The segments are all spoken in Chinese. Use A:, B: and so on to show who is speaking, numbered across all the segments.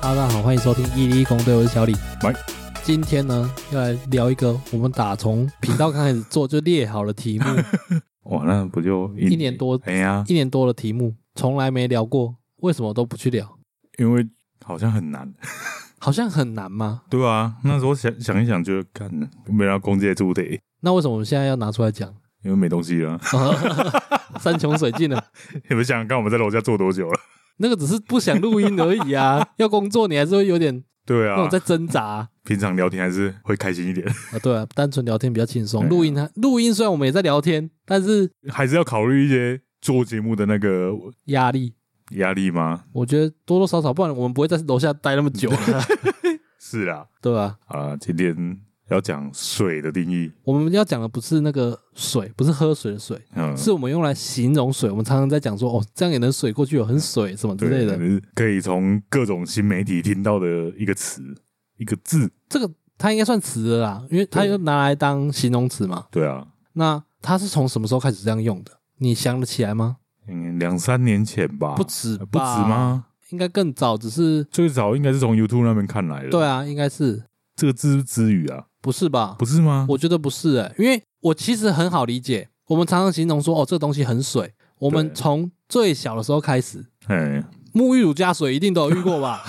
A: 好，欢迎收听一零一公队，我是小李。
B: 喂，
A: 今天呢要来聊一个我们打从频道刚开始做就列好的 题目，
B: 哇，那不就
A: 一年多
B: 哎呀，
A: 一年多的题目，从来没聊过，为什么都不去聊？
B: 因为好像很难。
A: 好像很难吗？
B: 对啊，那时候想想一想就，就干了，没人要攻这猪的，
A: 那为什么我们现在要拿出来讲？
B: 因为没东西了。
A: 山穷水尽了，
B: 你们想想看，我们在楼下坐多久了？
A: 那个只是不想录音而已 啊。要工作，你还是会有点
B: 对
A: 那种
B: 啊
A: 在，挣扎啊。
B: 平常聊天还是会开心一点，
A: 啊对啊，单纯聊天比较轻松。
B: 对啊
A: 录音它录音虽然我们也在聊天，但是
B: 还是要考虑一些做节目的那个
A: 压力，
B: 压力吗？
A: 我觉得多多少少，不然我们不会在楼下待那么久了，啊
B: 是啦，
A: 对吧、
B: 好啦，今天要讲水的定义，
A: 我们要讲的不是那个水，不是喝水的水，
B: 嗯，
A: 是我们用来形容水。我们常常在讲说，哦，这样也能水过去，哦，很水什么之类
B: 对，
A: 的。
B: 是可以从各种新媒体听到的一个词，一个字，
A: 这个它应该算词了啦，因为它
B: 对
A: 又拿来当形容词嘛。
B: 对啊，
A: 那它是从什么时候开始这样用的？你想得起来吗？
B: 嗯，两三年前吧，
A: 不止吧，
B: 啊不止？吗？
A: 应该更早，只是
B: 最早应该是从 YouTube 那边看来的。
A: 对，啊，应该是
B: 这个字是之语啊，
A: 不是吧？
B: 不是吗？
A: 我觉得不是、欸，因为我其实很好理解。我们常常形容说，哦，这个东西很水。我们
B: 对
A: 从最小的时候开始，
B: 哎，
A: 沐浴乳加水一定都有遇过吧？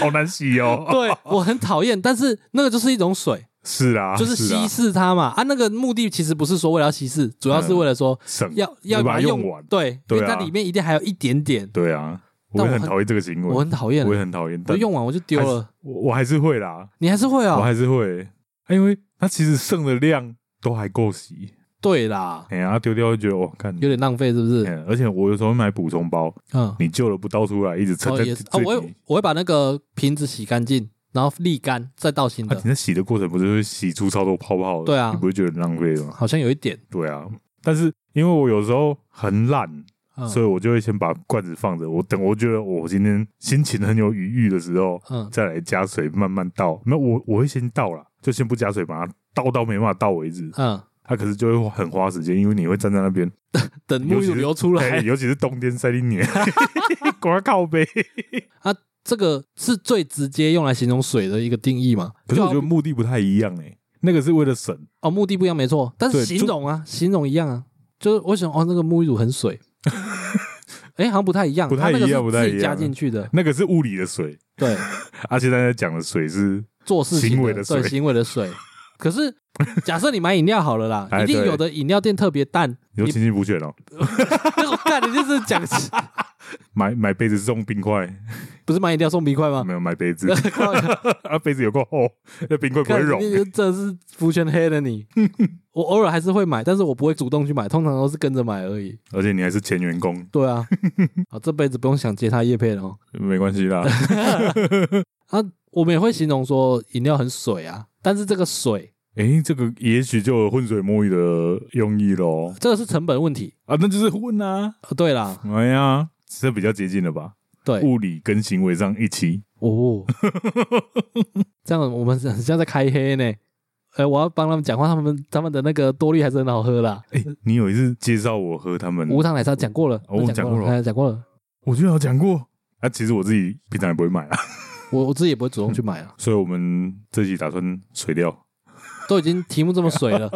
B: 好难洗 哦。
A: 对我很讨厌，但是那个就是一种水，
B: 是啊，
A: 就是
B: 是
A: 稀
B: 啊
A: 释它嘛。啊，那个目的其实不是说为了要稀释，主要是为了说
B: 省
A: 要要
B: 你把
A: 把它
B: 它
A: 用
B: 用完
A: 对，因
B: 对啊
A: 为它里面一定还有一点点。
B: 对啊，
A: 但
B: 我也
A: 我
B: 很
A: 很
B: 讨厌这个行为，
A: 我很讨厌，
B: 我
A: 我
B: 也很讨厌，但
A: 用完我就丢了。
B: 我我还是会啦，
A: 你还是会
B: 我
A: 啊？
B: 还是会，哎因为它其实剩的量都还够洗，
A: 对啦，
B: 哎呀，它丢掉就觉得哇，看
A: 有。点浪费是不是？
B: 嗯而且我有时候会买补充包，
A: 嗯，
B: 你旧的不倒出来，一直撑
A: 哦
B: 在
A: 也是啊，
B: 最
A: 我
B: 底
A: 会我会把那个瓶子洗干净，然后沥干，再倒新
B: 啊
A: 的
B: 你。在洗的过程不是会洗出超多泡泡的？
A: 对啊
B: 你不会觉得很浪费吗？
A: 好像有一点，
B: 对啊，但是因为我有时候很懒，
A: 嗯
B: 所以我就会先把罐子放着，我等我觉得我今天心情很有余裕的时候，
A: 嗯，
B: 再来加水慢慢倒。那我我会先倒啦，就先不加水，把它倒到没办法倒为止。
A: 嗯，
B: 它、可是就会很花时间，因为你会站在那边，
A: 等沐浴
B: 尤其
A: 乳
B: 是
A: 流出
B: 哎
A: 来，
B: 尤其是冬天塞 进你，光靠背。
A: 这个是最直接用来形容水的一个定义嘛？
B: 可是我
A: 就好
B: 觉得目的不太一样哎、那个是为了省，
A: 哦，目的不一样，没错，但是
B: 对
A: 形
B: 就
A: 容啊，形容一样啊，就是我想哦，那个沐浴乳很水，哎、好像不太一样，
B: 不
A: 它
B: 太
A: 那个
B: 一样
A: 是
B: 不太
A: 自己
B: 一
A: 加
B: 样
A: 进去的，
B: 那个是物理的水，
A: 对，
B: 而且大家讲的水是
A: 做事情
B: 行为的
A: 对
B: 水
A: 行为的水。可 是假设你买饮料好了啦，
B: 哎
A: 一定
B: 对
A: 有的饮料店特别 淡，
B: 有
A: 你
B: 清清补血哦，
A: 那我看你就是讲
B: 买买杯子送冰块，
A: 不是买饮料送冰块吗？
B: 没有买杯 子，
A: 靠
B: 啊，杯子有够厚，那冰块不会
A: 看
B: 融
A: 你。你真的是福全黑了 你。我偶尔还是会买，但是我不会主动去买，通常都是跟着买而已。
B: 而且你还是前员工，
A: 对 啊，好，这辈子不用想接他叶配了哦。
B: 没关系 啦。
A: 啊，我们也会形容说饮料很水啊，但是这个水，
B: 诶、这个也许就有浑水摸鱼的用意喽。
A: 这个是成本问题。
B: 啊，那就是混啊。
A: 呃，对啦，
B: 哎呀，这比较接近了吧？
A: 对，
B: 物理跟行为上一起。
A: 哦，这样我们很像在开黑呢。哎，我要帮他们讲话，他们他们的那个多绿还是很好喝啦。
B: 诶、你有一次介绍我喝他们，
A: 无糖奶茶讲过了，
B: 哦
A: 都
B: 讲
A: 过
B: 过了
A: 哎讲过了，
B: 我就有讲过。啊，其实我自己平常也不会买啊，
A: 我我自己也不会主动去买啊，
B: 所以我们这期打算水掉。
A: 都已经题目这么水了，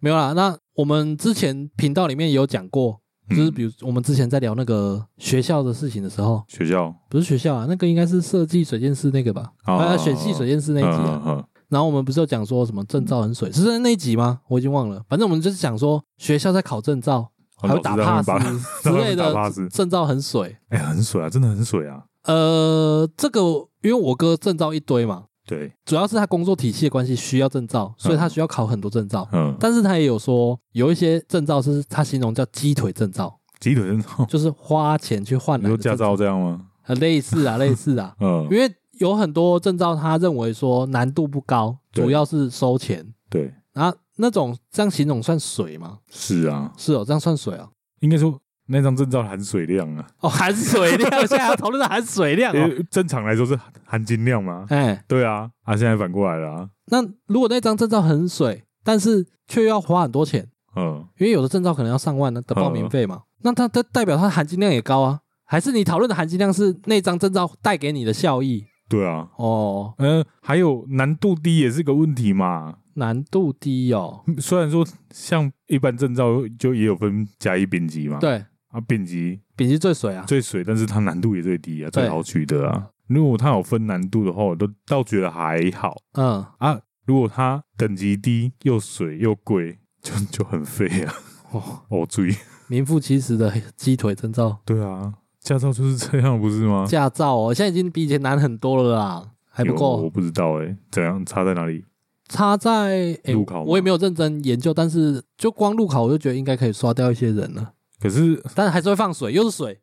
A: 没有啦。那我们之前频道里面也有讲过，就是比
B: 如、
A: 如我们之前在聊那个学校的事情的时候，
B: 学校
A: 不是学校啊，那个应该是设计水电师那个吧？
B: 哦
A: 啊，选系水电师那一集啊。
B: 嗯嗯嗯
A: 然后我们不是有讲说什么证照很水，是在那一集吗？我已经忘了。反正我们就是讲说学校在考证照，还有 打
B: 老师在那边
A: pass
B: 把
A: 之类
B: 打
A: 的
B: pass
A: 证照很水。
B: 哎、很水啊，真的很水啊。
A: 呃，这个因为我哥证照一堆嘛，
B: 对，
A: 主要是他工作体系的关系需要证照，所以他需要考很多证照。
B: 嗯，
A: 但是他也有说，有一些证照是他形容叫鸡腿证照，
B: 鸡腿真的，
A: 就是花钱去换
B: 你
A: 来
B: 说
A: 的
B: 哦驾
A: 证照，
B: 照这样吗？
A: 呃类似 啊，类似啊。
B: 嗯，
A: 因为有很多证照，他认为说难度不高，
B: 对
A: 主要是收钱。
B: 对，
A: 啊，那种这样形容算水吗？
B: 是啊，
A: 是哦，这样算水哦。
B: 应该说那张证照含水量啊，
A: 哦，含水量，现在还要讨论到含水量
B: 因
A: 哦。
B: 为正常来说是含金量嘛。
A: 哎，
B: 对啊，啊，现在反过来了啊，
A: 那如果那张证照很水，但是却要花很多钱，
B: 嗯，
A: 因为有的证照可能要上万的报名费嘛，那它它代表它含金量也高啊。还是你讨论的含金量是那张证照带给你的效益？
B: 对啊，
A: 哦，
B: 嗯、还有难度低也是个问题嘛。
A: 难度低哦，
B: 虽然说像一般证照就也有分甲乙丙级嘛，
A: 对，
B: 啊，丙级
A: 丙级最水啊，
B: 最水，但是它难度也最低啊，
A: 对
B: 最好取得啊。如果它有分难度的话，我都倒觉得还好
A: 嗯，
B: 啊。如果它等级低又水又贵，就就很废啊。
A: 哦，
B: 哦，注意，
A: 名副其实的鸡腿证照
B: 对啊，驾照就是这样，不是吗？
A: 驾照哦，现在已经比以前难很多了啦，还不
B: 有我
A: 够，
B: 不知道哎、怎样差在哪里？
A: 差在、诶
B: 路考吗
A: 我也没有认真研究，但是就光路考我就觉得应该可以刷掉一些人 了，
B: 可是，
A: 但还是会放水，又是 水，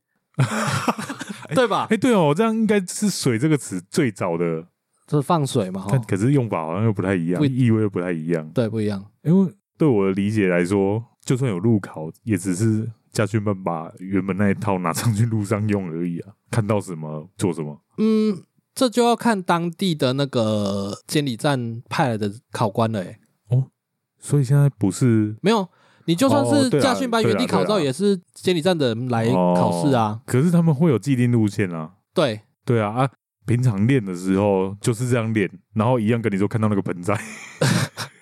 A: 对吧
B: 哎、？对哦，这样应该是“水”这个词最早的，
A: 这是放水嘛，
B: 但
A: 哦、
B: 可是用法好像又不太一样，
A: 不
B: 意味又不太一样。
A: 对，不一样，
B: 因为对我的理解来说，就算有路考，也只是家训班把原本那一套拿上去路上用而已啊， 看到什么做什么。
A: 嗯。这就要看当地的那个监理站派来的考官了、诶
B: 所以现在不是，
A: 没有，你就算
B: 哦
A: 是
B: 对啦
A: 驾训班
B: 对
A: 原
B: 啦
A: 地考
B: 对啊哦
A: 照，
B: 啦
A: 也是监理站的人来考试啊。
B: 可是他们会有既定路线啊。
A: 对，
B: 对啊啊，平常练的时候就是这样练，然后一样跟你说看到那个盆 栽，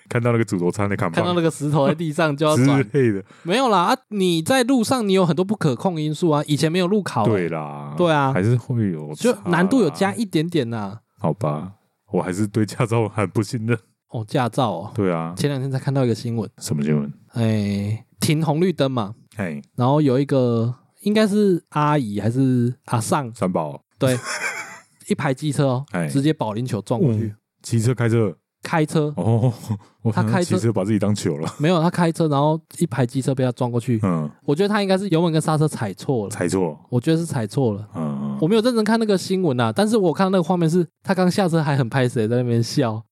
B: 看到那个主头餐的看
A: 看到
B: 棒
A: 那个石头在地上就 要
B: 之
A: 转，
B: 类的。
A: 没有啦啊！你在路上你有很多不可控因素啊，以前没有路考、
B: 对
A: 了，
B: 啦，
A: 对啊
B: 还是会有差
A: 就
B: 啦，
A: 难度有
B: 啊
A: 加一点点呐、
B: 好吧。我还是对驾照很不信 任。
A: 哦，驾照哦，
B: 对啊，
A: 前两天才看到一个新闻，
B: 什么新闻？
A: 哎，停红绿灯嘛，
B: 哎，
A: 然后有一个应该是阿姨还是阿上，
B: 三宝
A: 对，一排机车哦
B: 哎，
A: 直接保龄球撞过去，
B: 嗯骑车开车，
A: 开车
B: 哦， 我
A: 他
B: 想
A: 开
B: 骑
A: 车
B: 车把自己当球了，
A: 没有，他开车，然后一排机车被他撞过去，
B: 嗯，
A: 我觉得他应该是油门跟刹车踩错了，
B: 猜错，
A: 我觉得是踩错了。
B: 嗯，
A: 我没有认真看那个新闻啊，但是我看到那个画面是，他刚下车还很拍谁在那边笑，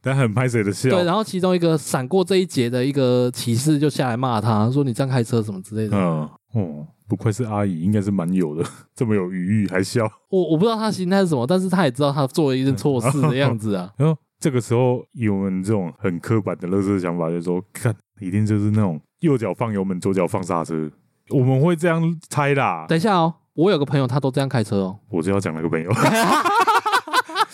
B: 但很拍谁的笑，
A: 对，然后其中一个闪过这一节的一个骑士就下来骂他，说你这样开车什么之类的。
B: 嗯，哦，不愧是阿姨，应该是蛮有的， 这么有余裕还笑。。
A: 我我不知道他心态是什么，但是他也知道他做了一件错事的样子啊
B: 然后这个时候，以我们这种很刻板的乐色想法，就是说，看一定就是那种右脚放油门，左脚放刹车，我们会这样猜啦。
A: 等一下哦，我有个朋友他都这样开车哦，
B: 我就要讲那个朋友。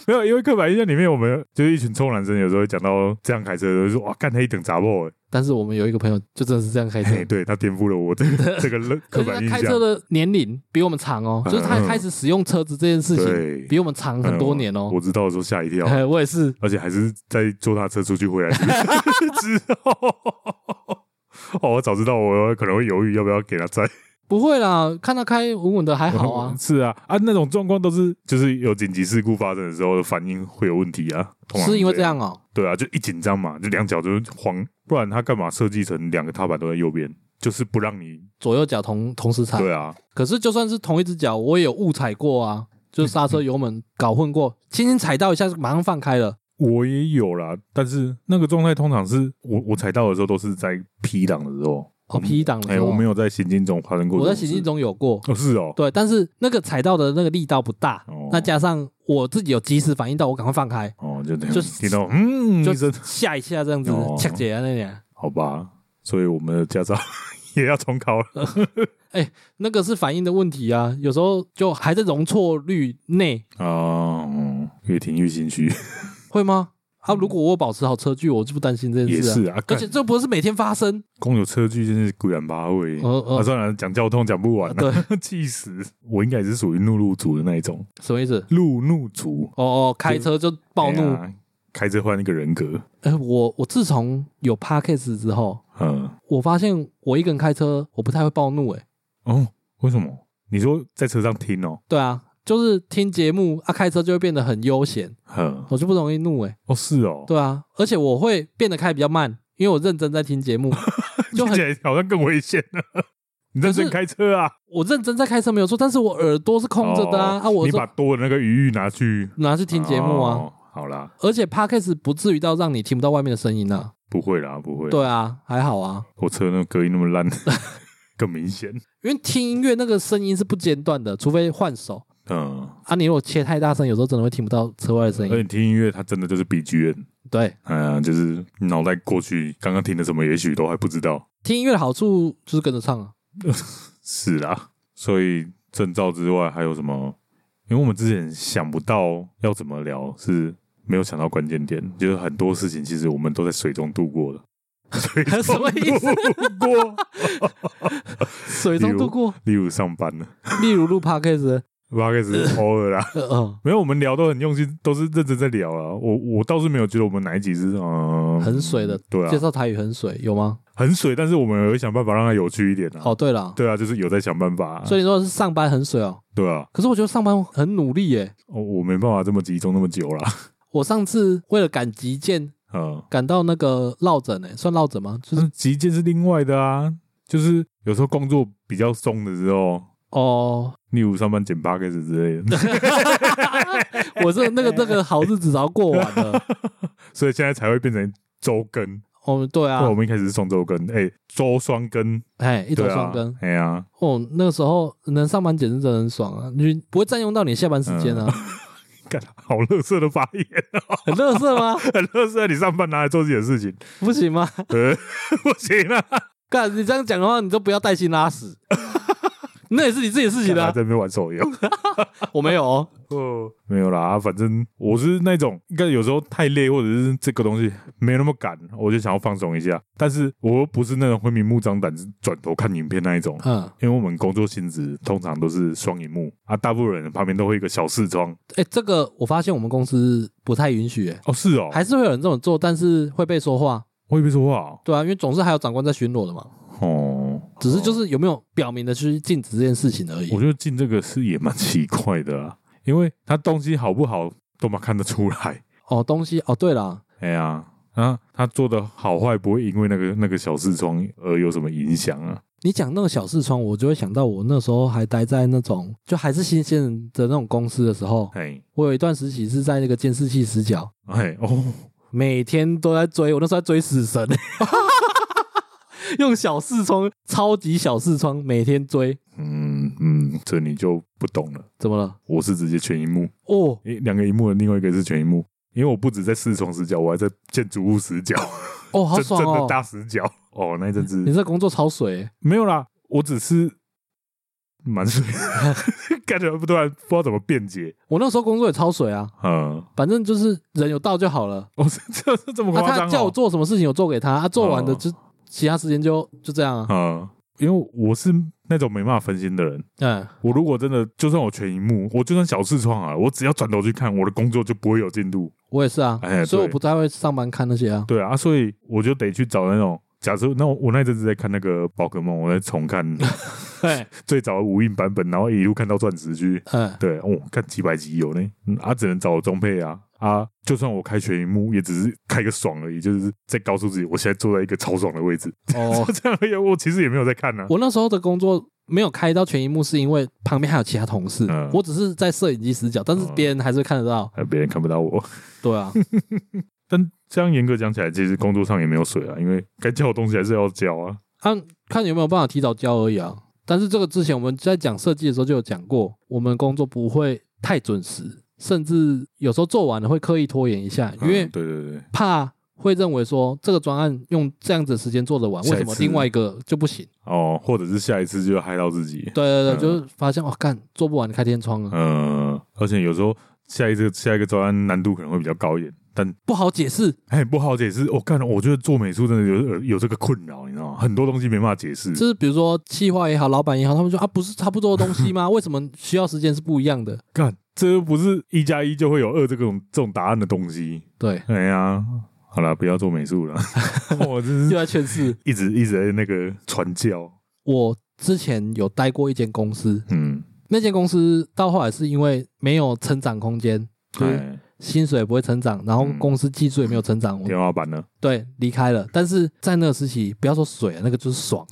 B: 没有，因为刻板印象里面，我们就是一群臭男生，有时候会讲到这样开车，就说哇，干他一等杂货，
A: 但是我们有一个朋友就真的是这样开车
B: 嘿，，哎对他颠覆了我这个 这个乐刻
A: 而且
B: 板
A: 他
B: 印
A: 开
B: 象
A: 车。的年龄比我们长哦，就是他
B: 嗯
A: 开始使用车子这件事情
B: 对，
A: 比我们长很多年
B: 嗯
A: 哦
B: 我。知道的时候吓 一跳，
A: 哎，我也是，
B: 而且还是在坐他车出去回来之后。 哦，我早知道我可能会犹豫要不要给他载。。
A: 不会啦，看他开稳稳的还好啊
B: 是啊，啊，那种状况都是就是有紧急事故发生的时候，反应会有问题啊。通常
A: 是因为这
B: 这
A: 样哦，
B: 对啊，就一紧张嘛，就两脚就慌，不然他干嘛设计成两个踏板都在右边，就是不让你
A: 左右脚同同时踩。
B: 对啊，
A: 可是就算是同一只脚，我也有误踩过啊，就是刹车油门搞混过， 轻轻踩到一下，马上放开了。
B: 我也有啦，但是那个状态通常是我我踩到的时候都是在 P 档的时候，
A: 哦，P 档的
B: 哎、
A: 时候，
B: 我没有在行进中发生过，
A: 我在行进，中有过，
B: 哦是哦，
A: 对，但是那个踩到的那个力道不大，
B: 哦
A: 那加上我自己有及时反应到，我赶快放开，
B: 哦就
A: 就
B: 听到嗯
A: 就
B: 一声，
A: 下一下这样子
B: 哦，
A: 掐姐啊那里啊，
B: 好吧，所以我们的驾照 也要重考了，
A: 那个是反应的问题啊，有时候就还在容错率内，
B: 啊、嗯越听越心虚，
A: 会吗？啊，如果我有保持好车距，我就不担心这
B: 也
A: 件事啊。
B: 是啊，
A: 而
B: 干
A: 且这不是每天发 生，
B: 光有车距真是鬼然八位。
A: 呃
B: 啊，
A: 呃，
B: 算了，讲交通讲不完啊了、 气死！我应该也是属于怒路族的那一种，
A: 什么意思？
B: 路怒族，
A: 哦哦，开车就暴
B: 哎
A: 怒。
B: 呀开车换一个人格，
A: 哎、我我自从有 Parkes 之后，
B: 嗯，
A: 我发现我一个人开车，我不太会暴怒、哎，
B: 哦，为什么？你说在车上听哦，
A: 对啊，就是听节目啊，开车就会变得很悠闲，
B: 哼，
A: 我就不容易怒、哎，
B: 哦是哦，
A: 对啊，而且我会变得开比较慢，因为我认真在听节目，就
B: 听
A: 很
B: 起来好像更危险了。你在
A: 可是
B: 这开车啊？
A: 我认真在开车没有错，但是我耳朵是空着的啊，
B: 哦
A: 啊，我
B: 你
A: 是
B: 把多的那个余裕拿去
A: 拿去听节目啊，
B: 哦好啦，
A: 而且 Parkes 不至于到让你听不到外面的声音啊，
B: 不会啦，不会。
A: 对啊，还好啊，
B: 我车那个隔音那么烂， 更明显。
A: 因为听音乐那个声音是不间断的，除非换手
B: 嗯，
A: 啊，你如果切太大声，有时候真的会听不到车外的声
B: 而
A: 音，
B: 且听音乐它真的就是 BGM，
A: 对。
B: 嗯、就是脑袋过去刚刚听的什么，也许都还不知道。
A: 听音乐的好处就是跟着唱啊。
B: 是啦，所以证照之外，还有什么？因为我们之前想不到要怎么聊，是没有想到关键点，就是很多事情其实我们都在水中度过的。 水中
A: 什么意思
B: 度过？
A: 水中度过，
B: 例如上班呢，
A: 例如录 podcast，
B: 不好意思，偶尔啦。
A: 呃嗯，
B: 没有，我们聊都很用心，都是认真在聊啊。我我倒是没有觉得我们哪一集是嗯
A: 很水的
B: 对啊
A: 介，绍台语很水有吗？
B: 很水，但是我们也会想办法让它有趣一点啊。
A: 哦，对了，
B: 对啊，就是有在想办法啊、
A: 所以你说是上班很水哦，
B: 对啊，
A: 可是我觉得上班很努力耶。
B: 我我没办法这么集中那么久啦。
A: 我上次为了赶急件，
B: 嗯，
A: 赶到那个落枕诶，算落枕吗？就是、
B: 但集件是另外的啊，就是有时候工作比较松的时候，
A: 哦，
B: 例如上班减八个字之类 的，
A: 我这 那个那个好日子早过完了。
B: 所以现在才会变成周更。
A: 哦，对啊
B: 那、，我们一开始是双周更，哎、周双更，
A: 哎，一
B: 一
A: 周双更。
B: 哎呀、
A: 哦，那个时候能上班简直真的很爽啊，你不会占用到你下班时间啊，
B: 嗯干好乐色的发言，
A: 很乐色吗？
B: 很乐色，你上班拿来做自己的 事情，
A: 不行吗？
B: 呃， 不行啊，
A: 干，你这样讲的话，你都不要带薪拉屎， 那也是你自己的事情
B: 干嘛
A: 啊。
B: 在那边玩手游。
A: 我没有 哦，
B: 哦，没有啦，反正我是那种，应该有时候太累，或者是这个东西没那么赶，我就想要放松一下。但是我又不是那种会明目张胆转头看影片那一种，
A: 嗯，
B: 因为我们工作性质通常都是双荧幕啊，大部分人旁边都会有一个小视窗。
A: 哎、这个我发现我们公司不太允许、哎，
B: 哦，是哦，
A: 还是会有人这么做，但是会被说话，
B: 我也没说话
A: 对啊，因为总是还有长官在巡逻的嘛，
B: 哦。哦
A: 只是就是有没有表明的去禁止这件事情而已
B: 我。觉得进这个是也蛮奇怪的啦，因为他东西好不好都嘛看得出来。
A: 哦，东西哦，对啦，
B: 哎呀，啊，他做的好坏不会因为那个那个小视窗而有什么影响啊。
A: 你讲那个小视窗，我就会想到我那时候还待在那种就还是新鲜人的那种公司的时候，
B: 嘿，
A: 我有一段时期是在那个监视器死角，
B: 哎哦，
A: 每天都在追，我那时候在追死神， 用小视窗，超级小视窗，每天追，
B: 嗯嗯，这你就不懂了。
A: 怎么了？
B: 我是直接全荧幕，
A: 哦，
B: 诶，两个荧幕的另外一个是全荧幕，因为我不止在四重死角，我还在建筑物死角，
A: 哦，好
B: 真
A: 爽
B: 正的
A: 哦！
B: 大死角。哦，那一阵
A: 你
B: 子
A: 这工作超水、欸，
B: 没有啦，我只是蛮 水，感觉不突然不知道怎么辩解。
A: 我那时候工作也超水啊，
B: 嗯，
A: 反正就是人有到就好了。
B: 我、哦、是这是这么
A: 啊，
B: 夸张、
A: 他
B: 哦？
A: 叫我做什么事情，我做给他，他啊做完的
B: 哦
A: 就其他时间就就这样啊。
B: 嗯，因为我是那种没办法分心的人。
A: 嗯，
B: 我如果真的就算我全荧幕，我就算小视窗啊，我只要转头去看，我的工作就不会有进度。
A: 我也是啊
B: 哎，
A: 所以我
B: 对
A: 不太会上班看那些啊。
B: 对啊，所以我就得去找那种。假设那我我那一阵子在看那个宝可梦，我在重看
A: 对，
B: 最早的无印版本，然后一路看到钻石区。
A: 嗯，
B: 对，哦，看几百集有呢，嗯啊，只能找中配啊啊！就算我开全荧幕，也只是开个爽而已，就是在告诉自己，我现在坐在一个超爽的位置。
A: 哦，
B: 这样而已，我其实也没有在看啊呢、
A: 我那时候的工作没有开到全荧幕，是因为旁边还有其他同事，
B: 嗯
A: 我只是在摄影机死角，但是
B: 嗯
A: 别人还是看得到。
B: 啊，别人看不到我。
A: 对啊，
B: 但这样严格讲起来，其实工作上也没有水啊，因为该教的东西还是要教啊。
A: 看看有没有办法提早交而已啊。但是这个之前我们在讲设计的时候就有讲过，我们工作不会太准时，甚至有时候做完了会刻意拖延一下，因为
B: 嗯对对对，
A: 怕会认为说这个专案用这样子的时间做得完，
B: 下一
A: 为
B: 次
A: 什么另外一个就不行？
B: 哦，或者是下一次就要害到自己。
A: 对对
B: 嗯
A: 对，就是发现哦，干做不完开天窗了，
B: 嗯，而且有时候下一次下一个专案难度可能会比较高一点，但
A: 不好解释。
B: 哎不好解释。我、看，我觉得做美术真的有有这个困扰，你知道吗？很多东西没办法解释。
A: 就是比如说企划也好，老板也好，他们说啊，不是差不多的东西 吗？为什么需要时间是不一样的？
B: 干，这又不是一加一就会有二这种这种答案的东西。
A: 对，
B: 哎呀，好了，不要做美术了， 我
A: 又
B: 真是
A: 在诠释。
B: 一直一直在那个传教。
A: 我之前有待过一间公司，
B: 嗯，
A: 那间公司到后来是因为没有成长空间，就是
B: 哎，
A: 薪水不会成长，然后
B: 嗯
A: 公司技术也没有成长，我
B: 天花板呢？
A: 对离开了。但是在那个时期，不要说水啊，那个就是爽。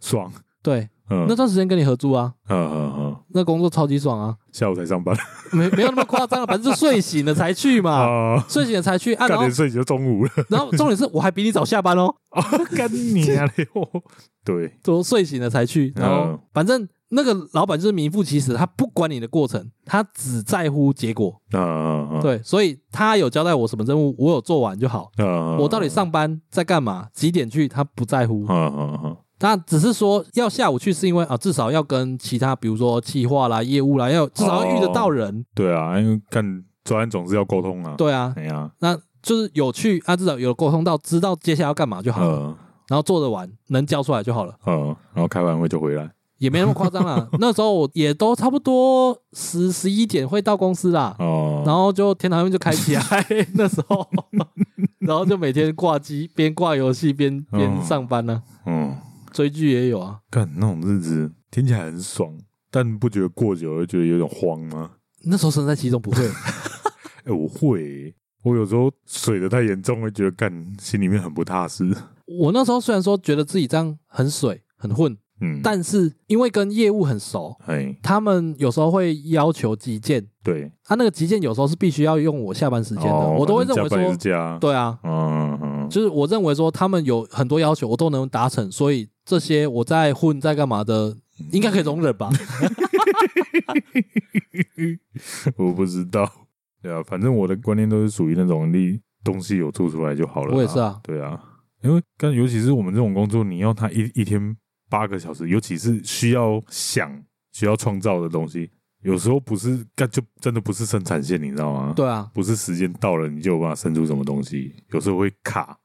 B: 爽，
A: 对，
B: 嗯，
A: 那段时间跟你合租啊，
B: 嗯嗯嗯，
A: 那工作超级爽啊，
B: 下午才上班
A: 没没有那么夸张啊，反正就睡醒了才去嘛，
B: 啊，
A: 睡醒了才去 啊。
B: 干
A: 然后
B: 点睡就中 午了，
A: 然后重点是我还比你早下班哦，
B: 啊， 干你啊！我对，
A: 都睡醒了才去，然后
B: 嗯
A: 反正那个老板就是名副其实，他不管你的过程，他只在乎结果。
B: 嗯嗯嗯，
A: 对，所以他有交代我什么任务，我有做完就好。
B: 嗯，嗯嗯
A: 我到底，上班在干嘛，几点去，他不在乎
B: 嗯。嗯嗯嗯，
A: 那只是说要下午去，是因为啊，至少要跟其他比如说企划啦、业务啦，要至少要遇得到人。
B: 对啊，因为看专案总是要沟通啊。，
A: 对啊，
B: 哎呀，
A: 那就是有去啊，至少有沟通到，知道接下来要干嘛就好了，
B: 呃
A: 然后做得完，能交出来就好了，
B: 呃，然后开完会就回来。
A: 也没那么夸张 啦。那时候我也都差不多十十一点会到公司啦，
B: 哦，
A: 然后就天堂院就开起来， 那时 候，然后就每天挂机，边挂游戏边边
B: 嗯
A: 上班呢、
B: 嗯，
A: 追剧也有啊。
B: 干那种日子听起来很爽，但不觉得过久了觉得有点慌吗？
A: 那时候身在其中不会，
B: 哎，我会欸，我有时候水的太严重，会觉得干心里面很不踏实。
A: 我那时候虽然说觉得自己这样很水很混，
B: 嗯，
A: 但是因为跟业务很熟，
B: 哎，
A: 他们有时候会要求急件，
B: 对，
A: 他、那个急件有时候是必须要用我下班时间的，
B: 哦
A: 我都会认为
B: 反正加班也
A: 说
B: 是，加，
A: 对啊，
B: 嗯嗯，
A: 就是我认为说他们有很多要求我都能达成，所以这些我在混在干嘛的，
B: 嗯
A: 应该可以容忍 吧？
B: 我不知道。对啊，反正我的观念都是属于那种你东西有做出来就好了啦。
A: 我也是啊
B: 对啊，因为但尤其是我们这种工作，你要他一一天八个小时，尤其是需要想、需要创造的东西，有时候不是干就真的不是生产线，你知道吗？，
A: 对啊，
B: 不是时间到了你就有办法生出什么东西，有时候会卡。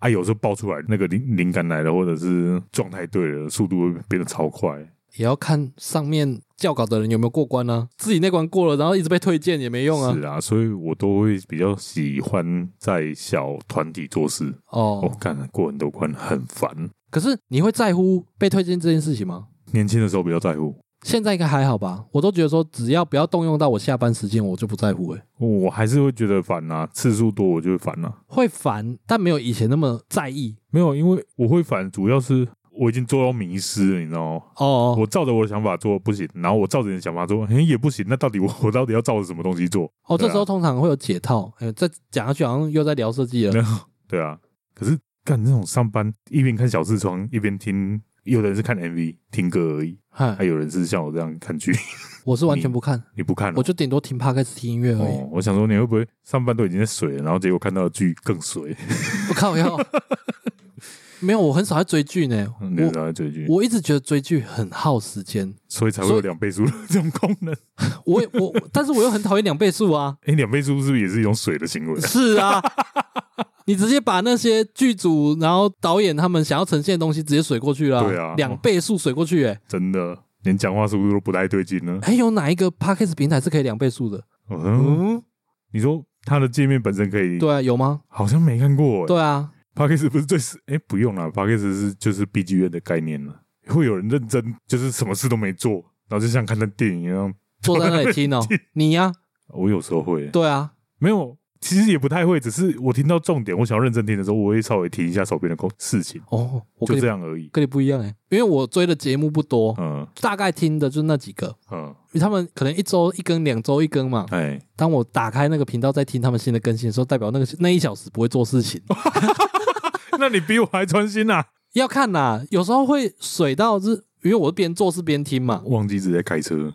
B: 啊，有时候爆出来那个灵灵感来了，或者是状态对了，速度会变得超快。
A: 也要看上面教稿的人有没有过关呢、自己那关过了，然后一直被推荐也没用啊
B: 是。啊，所以我都会比较喜欢在小团体做事。我
A: 哦，
B: 干、过很多关很烦，
A: 可是你会在乎被推荐这件事情吗？
B: 年轻的时候比较在乎，
A: 现在应该还好吧？我都觉得说，只要不要动用到我下班时间，我就不在乎、欸。
B: 我还是会觉得烦啊，次数多我就会烦啊。
A: 会烦，但没有以前那么在意。
B: 没有，因为我会烦，主要是我已经做到迷失了，你知道吗？
A: 哦，
B: 我照着我的想法做不行，然后我照着你的想法做，嘿也不行，那到底我我到底要照着什么东西做？
A: 哦，
B: 对啊
A: 这时候通常会有解套。哎、再讲下去好像又在聊设计了。
B: 对啊，可是干这种上班一边看小视窗一边听，有的人是看 MV 听歌而已，还
A: 嗨，
B: 有人是像我这样看剧，
A: 我是完全不看，
B: 哎你不看、哦
A: 我就顶多听 podcast 听音乐而已。
B: 哦，我想说你会不会上班都已经在水了，然后结果看到的剧更水，
A: 我靠， 要没有，我很少在追剧呢。
B: 你知
A: 我
B: 道这句，
A: 我一直觉得追剧很耗时间，
B: 所以才会
A: 所
B: 有
A: 以
B: 两倍速的这种功能。
A: 我也我，但是我又很讨厌两倍速啊。
B: 哎，两倍速是不是也是一种水的行为啊？
A: 是 啊，你直接把那些剧组，然后导演他们想要呈现的东西直接水过去了，
B: 对啊
A: 两倍速水过去、欸，哎、
B: 真的，连讲话速度都不太对劲呢。
A: 有哪一个 podcast 平台是可以两倍速的？
B: 嗯，
A: 嗯，
B: 你说它的界面本身可以，
A: 对啊，有吗？
B: 好像没看过。
A: 对啊，
B: p a c k a g e 不是最是哎，不用了 p a c k a g e 是就是 B G 院的概念了。会有人认真，就是什么事都没做，然后就像看那电影一样。
A: 坐在那里听 哦、你呀、
B: 我有时候会，
A: 对啊，
B: 没有，其实也不太会，只是我听到重点，我想要认真听的时候，我会稍微停一下手边的工事情，
A: 哦，我
B: 就
A: 跟
B: 这
A: 你
B: 样而已。
A: 跟你不一样哎、因为我追的节目不多，
B: 嗯
A: 大概听的就那几个，
B: 嗯，
A: 因为他们可能一周一更，两周一更嘛。
B: 哎，
A: 当我打开那个频道在听他们新的更新的时候，代表那个那一小时不会做事情。
B: 那你比我还专心啊呐、
A: 要看啦，有时候会水到是，因为我是边做事边听嘛，
B: 忘记直接开车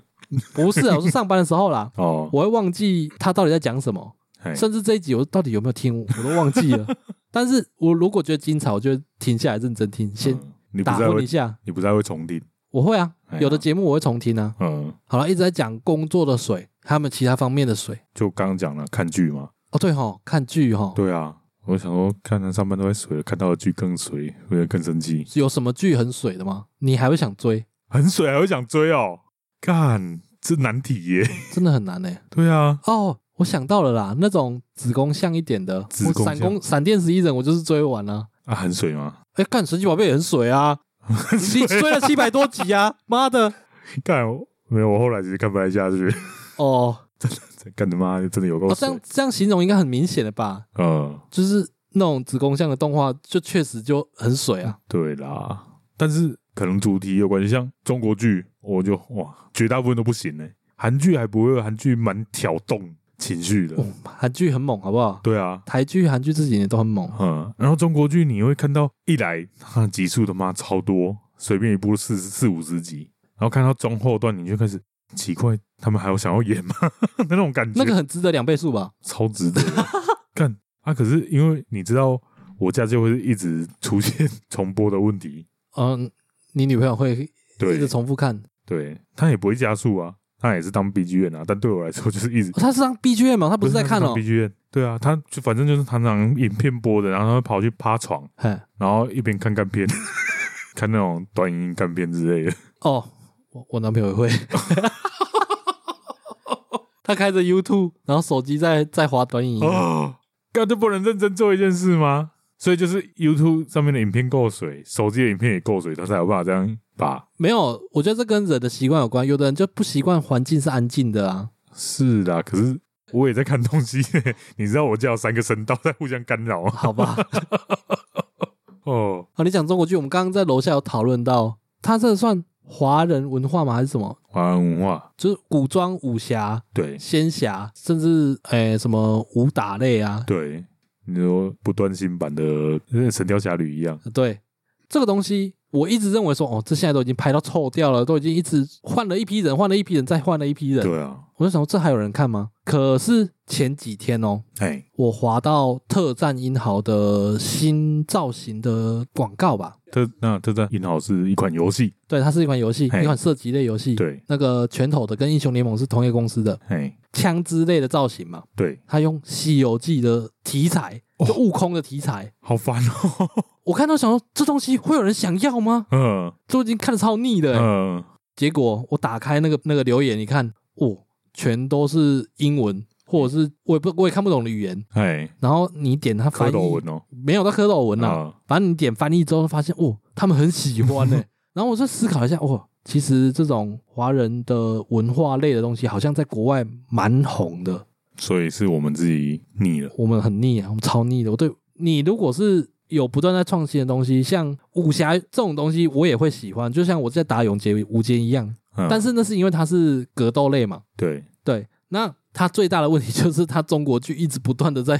A: 不是 啊，我是上班的时候啦，
B: 哦，哎
A: 我会忘记他到底在讲什么，
B: 嘿
A: 甚至这一集我到底有没有听，我都忘记 了。但是我如果觉得精彩，我就会停下来认真听，先
B: 嗯你不
A: 打
B: 再
A: 混一
B: 会，
A: 下。
B: 你不再会重听，
A: 我会啊
B: 哎，呀
A: 有的节目我会重听啊。
B: 嗯，
A: 好了，一直在讲工作的水，他们其他方面的水。
B: 就刚刚讲了看剧嘛，
A: 哦，对哈，看剧哈，
B: 对啊，我想说看他上班都在水了，看到的剧更水，会更生气，
A: 有什么剧很水的吗？你还会想追？
B: 很水还会想追哦，干这难题耶，
A: 真的很难欸呢、
B: 对啊，
A: 哦，我想到了啦，那种子宫像一点的，
B: 子宫
A: 我闪
B: 像
A: 光闪电十一人，我就是追完了、
B: 啊很水吗？
A: 哎、干神奇宝贝也很水 啊，你追了七百多集啊，妈的！
B: 干我没有，我后来其实看不太下去，
A: 哦，
B: 干他妈真的有够
A: 哦这
B: 水，
A: 样这样形容应该很明显了吧？
B: 嗯。
A: 就是那种子宫像的动画，就确实就很水啊。
B: 对啦，但是可能主题有关系，像中国剧，我就哇，绝大部分都不行呢、欸韩剧还不会，韩剧蛮挑动情绪的。
A: 哦韩剧很猛，好不好？
B: 嗯对啊，
A: 台剧、韩剧这几年都很猛。
B: 嗯，然后中国剧你会看到一来它的集数他妈超多，随便一部四四五十集，然后看到中后段你就开始奇怪，他们还有想要演吗？ 的那种感觉，
A: 那个很值得两倍数吧？
B: 超值得 的干啊！可 是因为你知道，我家就会一直出现重播的问题，
A: 嗯，你女朋友会一
B: 对
A: 直重复看。
B: 对，他也不会加速啊，他也是当 B G 院啊，但对我来说就是一直
A: 哦他是当 BGM 嘛，他不是在看哦
B: B。G 院，对啊，他就反正就是常常影片播的，然后他会跑去趴床，
A: 嘿，
B: 然后一边看干片， 看那种短影音干片之类的。
A: 哦，我我男朋友也会， 他开着 YouTube，然后手机在在滑短影音。
B: 哦，干就不能认真做一件事吗？所以就是 YouTube 上面的影片够水，手机的影片也够水，他才有办法这样把。
A: 没有，我觉得这跟人的习惯有关，有的人就不习惯环境是安静的啊。
B: 是啦，可是我也在看东西， 你知道我家有三个声道在互相干扰啊。
A: 好吧，
B: 哦，
A: 好，你讲中国剧，我们刚刚在楼下有讨论到，他这算华人文化吗？还是什么？
B: 华安文化，
A: 就是古装武侠、
B: 对
A: 仙侠，甚至诶、什么武打类啊，
B: 对，你说不断新版的《神雕侠侣》一样，
A: 对，这个东西我一直认为说，哦，这现在都已经拍到臭掉了，都已经一直换了一批人，换了一批人，再换了一批人。
B: 对啊，
A: 我就想说，这还有人看吗？可是前几天哦，
B: 哎，
A: 我滑到特战英豪的新造型的广告吧，
B: 特那特战英豪是一款游戏，
A: 对，它是一款游戏，
B: 嘿
A: 一款射击类游戏。
B: 对，
A: 那个拳头的跟英雄联盟是同一个公司的
B: 哎，
A: 枪支类的造型嘛，
B: 对，
A: 它用《西游记》的题材，
B: 哦
A: 就悟空的题材。
B: 好烦哦，
A: 我看到想说，这东西会有人想要吗？
B: 嗯
A: 都已经看得超腻的欸、
B: 嗯，
A: 结果我打开那个那个留言，你看，哦，全都是英文，或者是我也不我也看不懂的语言。
B: 哎，
A: 然后你点它翻
B: 蝌
A: 译，
B: 蚪文哦，
A: 没有到蝌蚪文啦、
B: 啊，
A: 反正你点翻译之后，发现哦，他们很喜欢 呢、然后我就思考一下，哦，其实这种华人的文化类的东西，好像在国外蛮红的。
B: 所以是我们自己腻了，
A: 我们很腻啊，我们超腻的。我对你如果是有不断在创新的东西，像武侠这种东西，我也会喜欢。就像我在打永劫无间一样，
B: 嗯
A: 但是那是因为它是格斗类嘛。
B: 对，
A: 对，那它最大的问题就是它中国剧一直不断的在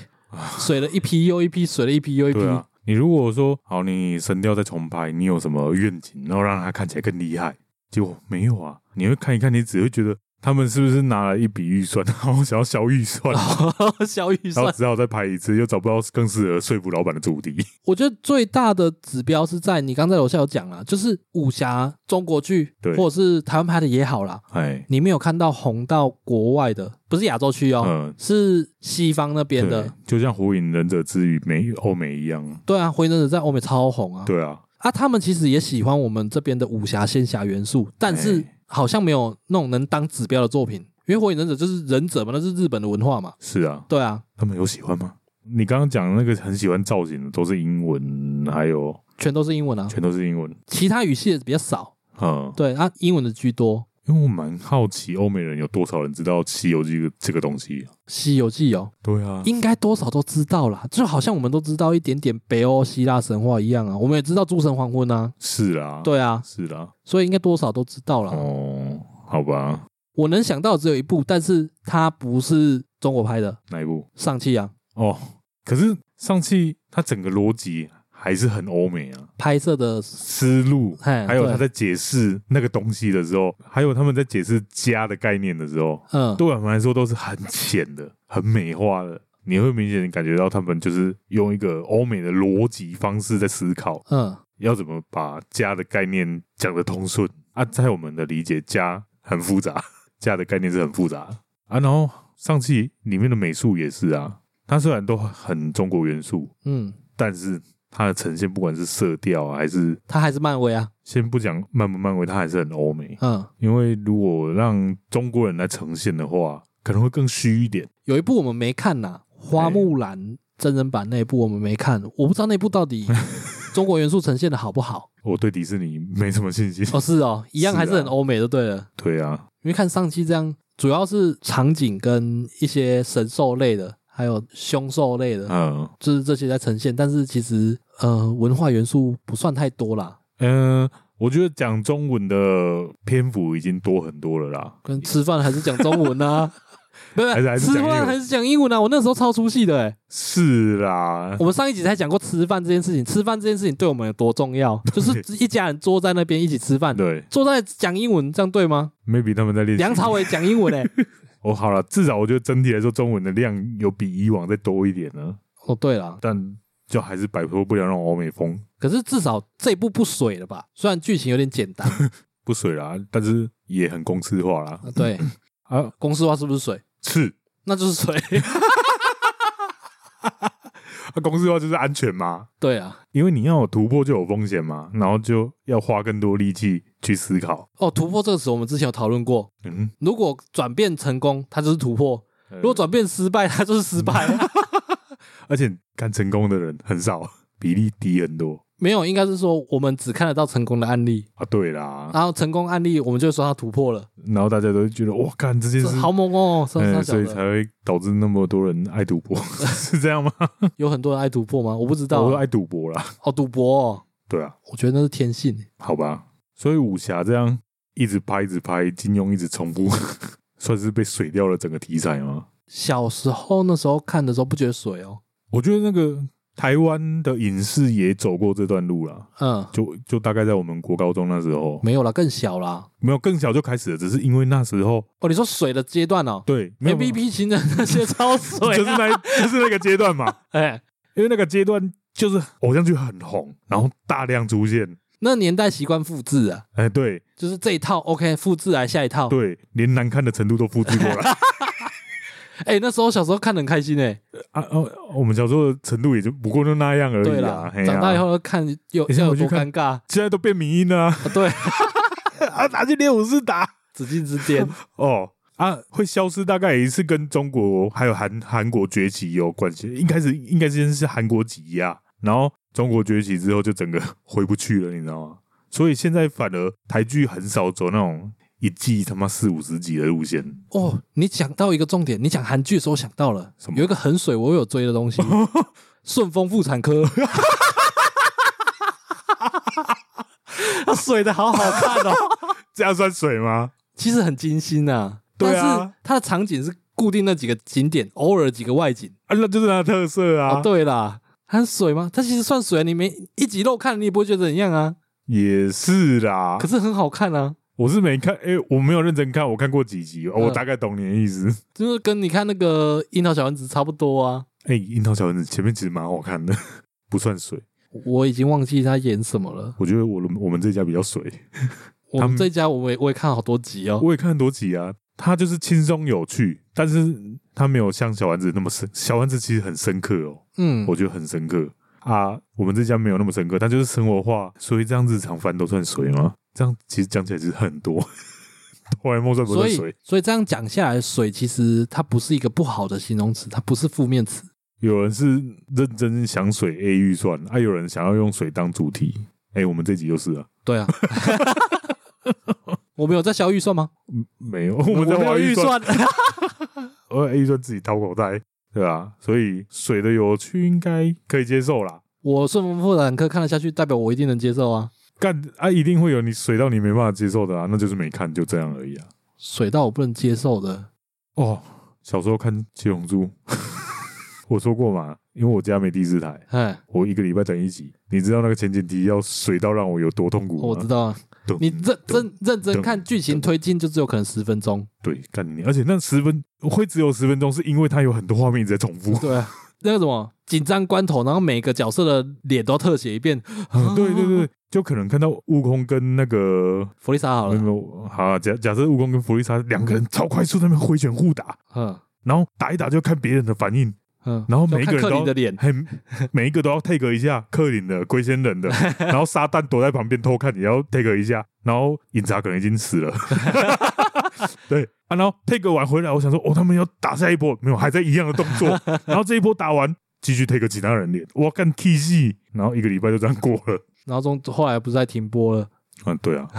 A: 水了一批又一批，水了一批又一批。
B: 啊对啊。你如果说好，你神雕再重拍，你有什么愿景，然后让它看起来更厉害？结果没有啊，你会看一看，你只会觉得他们是不是拿了一笔预算， 然后想要小 预算，
A: 小雨
B: 然
A: 算
B: 后只好再拍一次，又找不到更适合说服老板的主题。
A: 我觉得最大的指标是在你刚在楼下有讲啦，就是武侠中国剧
B: 对
A: 或者是台湾拍的也好啦，
B: 哎，
A: 你没有看到红到国外的，不是亚洲区哦，
B: 嗯，
A: 是西方那边的。
B: 对，就像《火影忍者之于美欧美一样，
A: 对啊，《火影忍者》在欧美超红啊！
B: 对啊，
A: 啊，他们其实也喜欢我们这边的武侠仙侠元素，但是
B: 哎
A: 好像没有那种能当指标的作品，因为《火影忍者》就是忍者嘛，那是日本的文化嘛。
B: 是啊，
A: 对啊，
B: 他们有喜欢吗？你刚刚讲的那个很喜欢造型的都是英文，还有
A: 全都是英文啊，
B: 全都是英文，
A: 其他语系的比较少。
B: 嗯，
A: 对啊，英文的居多，《
B: 因为我蛮好奇欧美人有多少人知道《西游记》这个东西。
A: 西游记》哦，
B: 对啊，
A: 应该多少都知道啦，就好像我们都知道一点点北欧希腊神话一样啊，我们也知道诸神黄昏啊，
B: 是啊，，
A: 对啊，
B: 是啦，
A: 所以应该多少都知道啦。
B: 哦，好吧，
A: 我能想到的只有一部，但是它不是中国拍的，《
B: 哪一部？
A: 上汽啊，
B: 哦，可是上汽它整个逻辑还是很欧美啊，
A: 拍摄的，
B: 思路，
A: 嘿，
B: 还有他
A: 对
B: 在解释那个东西的时候，还有他们在解释家的概念的时候，
A: 嗯，
B: 对我们来说都是很浅的、很美化的。你会明显感觉到他们就是用一个欧美的逻辑方式在思考，
A: 嗯，
B: 要怎么把家的概念讲得通顺啊？在我们的理解，家很复杂，家的概念是很复杂的啊。然后上汽里面的美术也是啊，它虽然都很中国元素，
A: 嗯，
B: 但是它的呈现，不管是色调啊，还是
A: 它还是漫威啊，
B: 先不讲漫不漫威，它还是很欧美。
A: 嗯，
B: 因为如果让中国人来呈现的话，可能会更虚一点。
A: 有一部我们没看呐，《花木兰》真人版那一部我们没看，我不知道那部到 底中国元素呈现的好不好。
B: 我对迪士尼没什么信心。
A: 哦，是哦，一样还是
B: 是啊
A: 很欧美就对了。
B: 对啊，
A: 因为看上期这样，主要是场景跟一些神兽类的，还有凶兽类的，
B: 嗯
A: 就是这些在呈现。但是其实呃，文化元素不算太多啦，
B: 嗯、呃我觉得讲中文的篇幅已经多很多了啦。
A: 跟吃饭还是讲中文 啊。不是
B: 还是还是
A: 吃
B: 讲英文
A: 饭还是讲英文啊！我那时候超出戏的、欸，
B: 是啦，
A: 我们上一集才讲过吃饭这件事情，吃饭这件事情对我们有多重 要，就是一家人坐在那边一起吃饭，
B: 对
A: 坐在讲英文，这样对 吗？
B: ，maybe 他们在练习。
A: 梁朝伟讲英文欸诶、
B: 哦，好了，至少我觉得整体来说，中文的量有比以往再多一点呢。
A: 哦，对了，
B: 但就还是摆脱不了那种欧美风
A: 可是至少这一部不水了吧？虽然剧情有点简单，
B: 不水啦，但是也很公式化啦。
A: 啊对，
B: 啊，
A: 公式化是不是水？
B: 是
A: 那就是水。
B: 啊，公式化就是安全嘛，
A: 对啊，
B: 因为你要有突破就有风险嘛，然后就要花更多力气去思考。
A: 哦，突破这个词我们之前有讨论过，
B: 嗯，
A: 如果转变成功，它就是突破；
B: 如
A: 如果转变失败，它就是失败。
B: 嗯而且看成功的人很少， 比例低很多
A: 没有，应该是说我们只看得到成功的案例，
B: 啊。对啦，
A: 然后成功案例我们就会说它突破了，
B: 然后大家都会觉得哇，干这件
A: 这
B: 事
A: 好猛哦，三
B: 嗯，
A: 三
B: 所
A: 小
B: 以才
A: 的，
B: 会导致那么多人爱赌博， 是这样 吗？
A: 有很多人爱突破吗？我不知道
B: 我说
A: 啊，
B: 爱赌博啦，
A: 哦，赌博哦，
B: 对啊，
A: 我觉得那是天性。
B: 好吧。所以武侠这样一直拍一直拍，金庸一直重复， 算是被水掉了整个题材吗？
A: 小时候那时候看的时候不觉得水哦，
B: 我觉得那个台湾的影视也走过这段路啦，
A: 嗯，
B: 就就大概在我们国高中那时候，
A: 没有啦，更小啦。
B: 没有更小就开始了，只是因为那时候
A: 哦，你说水的阶段哦
B: 对没有
A: ，A B P 情人那些超 水、啊，
B: 就是那就是那个阶段 嘛，
A: 哎、
B: 因为那个阶段就是偶像剧很红，然后大量出现，
A: 那年代习惯复制啊，
B: 哎，对，
A: 就是这一套 OK 复制来下一套。
B: 对，连难看的程度都复制过来
A: 哎、那时候小时候看得很开心哎、
B: 啊！哦，我们小时候的程度也就不过就那样而
A: 对
B: 已
A: 啦
B: 啦。，嘿啊
A: 长大以，后看有
B: 你现在
A: 要有
B: 回去
A: 多
B: 看
A: 尴尬啊！
B: 现在都变民音了啊
A: 对，
B: 啊，拿去练武士打
A: 紫禁之巅，
B: 哦啊，会消失大概也是跟中国还有韩韩国崛起有关系。一开始应该先是韩国挤压，然后中国崛起之后就整个回不去了，你知道吗？所以现在反而台剧很少走那种一季他妈四五十集的路线，
A: 哦，你讲到一个重点，你讲韩剧的时候想到了
B: 什么
A: 有一个很水，我有追的东 西，《顺丰妇产科》，它啊水的好好看哦，
B: 这样算水吗？
A: 其实很精心呐、
B: 对啊
A: 但是它的场景是固定那几个景点，偶尔几个外景。
B: 啊，那就是它的特色啊。
A: 哦，对啦，它很水吗？它其实算水，啊你没一集肉看，你也不会觉得怎样啊。
B: 也是啦，
A: 可是很好看啊，
B: 我是没看，诶，我没有认真看，我看过几集，哦
A: 嗯
B: 我大概懂你的意思。
A: 就是跟你看那个《樱桃小丸子》差不多啊。
B: 诶，樱桃小丸子》前面其实蛮好看的， 不算水，
A: 我已经忘记他演什么了。
B: 我觉得我们我们这家比较水。
A: 我
B: 他
A: 们
B: 们
A: 这家我也我也看好多集哦。
B: 我也看很多集啊，它就是轻松有趣，但是它没有像小丸子那么深。小丸子其实很深刻哦，
A: 嗯
B: 我，觉得很深刻啊。我们这家没有那么深刻，它就是生活化，所以这样日常番都算水吗？这样其实讲起来其实很多， 哆啦 A 梦算不
A: 所
B: 算
A: 以
B: 水？
A: 所以这样讲下来，水其实它不是一个不好的形容词，它不是负面词。
B: 有人是认真想水 A 预算，啊，有人想要用水当主题。哎、我们这集就是啊，
A: 对 啊，我们有在消预算吗？
B: 嗯没有，我们在
A: 没
B: 花
A: 有预
B: 预算，
A: 算。
B: 而 A 预算自己掏口袋，对吧、所以水的有趣应该可以接受啦。
A: 我顺丰妇产科看得下去，代表我一定能接受啊。
B: 干啊，一定会有你水到你没办法接受的啊，那就是没看，就这样而已啊。
A: 水到我不能接受的，
B: 哦，小时候看《七龙珠》， 我说过嘛，因为我家没第四台，
A: 哎，
B: 我一个礼拜等一集。你知道那个前景题要水到让我有多痛苦吗？
A: 我知道啊。
B: 嗯懂
A: 你认真认真看剧情推进，就只有可能十分钟。
B: 对，干你！而且那十分会只有十分钟，是因为它有很多画面一直在 重复。
A: 对啊，那个什么紧张关头，然后每个角色的脸都要特写一遍。啊
B: 嗯对对对，就可能看到悟空跟那个
A: 弗利萨好
B: 没有
A: 了
B: 没，有好啊假假设悟空跟弗利萨两个人超快速在那边挥拳互打，
A: 嗯
B: 然后打一打就看别人的反应，
A: 嗯，
B: 然后
A: 就
B: 每一个
A: 看
B: 人
A: 克
B: 都
A: 林的脸，
B: 还每一个都要 take 一下克林的、龟仙人的，然后撒旦躲在旁边偷看也要 take 一下，然后饮茶可能已经死了，对啊，然后 take 完回来，我想说哦，他们要打下一波，没有，还在一样的动作，然后这一波打完继续 take 其他人脸，哇，干 T 戏，然后一个礼拜就这样过了，
A: 然后中后来不是在停播了
B: 嗯，对啊，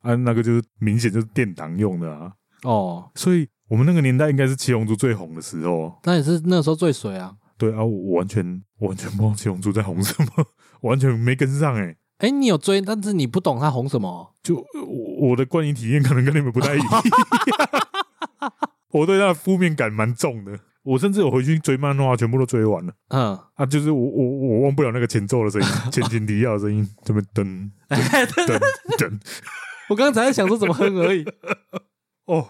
B: 啊，那个就是明显就是殿堂用的啊，
A: 哦，
B: 所以我们那个年代应该是七龙珠最红的时候，
A: 那也是那时候最水啊。
B: 对啊，我完全我完全不知道七龙珠在红什么， 完全没跟上哎、
A: 哎，你有追，但是你不懂他红什么哦。
B: 就呃我我的观影体验可能跟你们不太一样， 我对它的负面感蛮重的。我甚至有回去追漫画，全部都追完了
A: 嗯，
B: 啊！就是我我我忘不了那个前奏的声音，前前提要的声音，这么噔 噔噔
A: 我刚才在想说怎么哼而已。
B: 哦，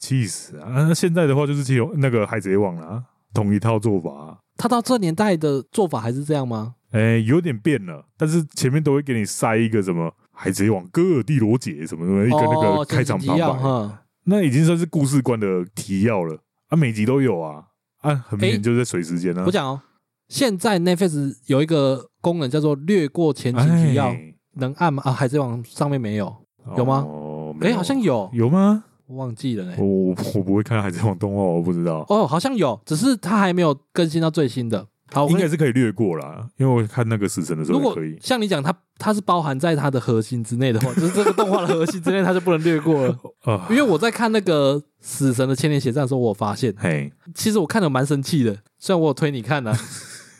B: 气死啊！啊现在的话就是七龙那个海贼王啦、同一套做法、啊。
A: 他到这年代的做法还是这样吗？
B: 哎，有点变了，但是前面都会给你塞一个什么海贼王戈尔蒂罗杰什么什么一个那
A: 哦
B: 个开场
A: 剪辑
B: 旁白，啊
A: 要哈，
B: 那已经算是故事观的提要了啊，每集都有啊啊，很明
A: 哎
B: 显就是在水时间啊。
A: 我讲哦，现在 Netflix 有一个功能叫做略过前情提要，
B: 哎
A: 能按吗？啊，海贼王上面没有，有吗
B: 哦，没
A: 哎，
B: 有
A: 好像有，
B: 有吗？
A: 我忘记了呢
B: 我。我我不会看海贼王动画，我不知道，
A: 哦，好像有，只是它还没有更新到最新的。好，我
B: 应
A: 跟
B: 该是可以略过啦，因为我看那个死神的时
A: 如
B: 候也
A: 果
B: 可以。
A: 像你讲，它它是包含在它的核心之内的话， 就是这个动画的核心之内，它就不能略过 了。
B: 啊
A: 因，为我在看那个《死神的千年血战》的时候，我有发现
B: 嘿，
A: 其实我看的蛮生气的。虽然我有推你看 呢、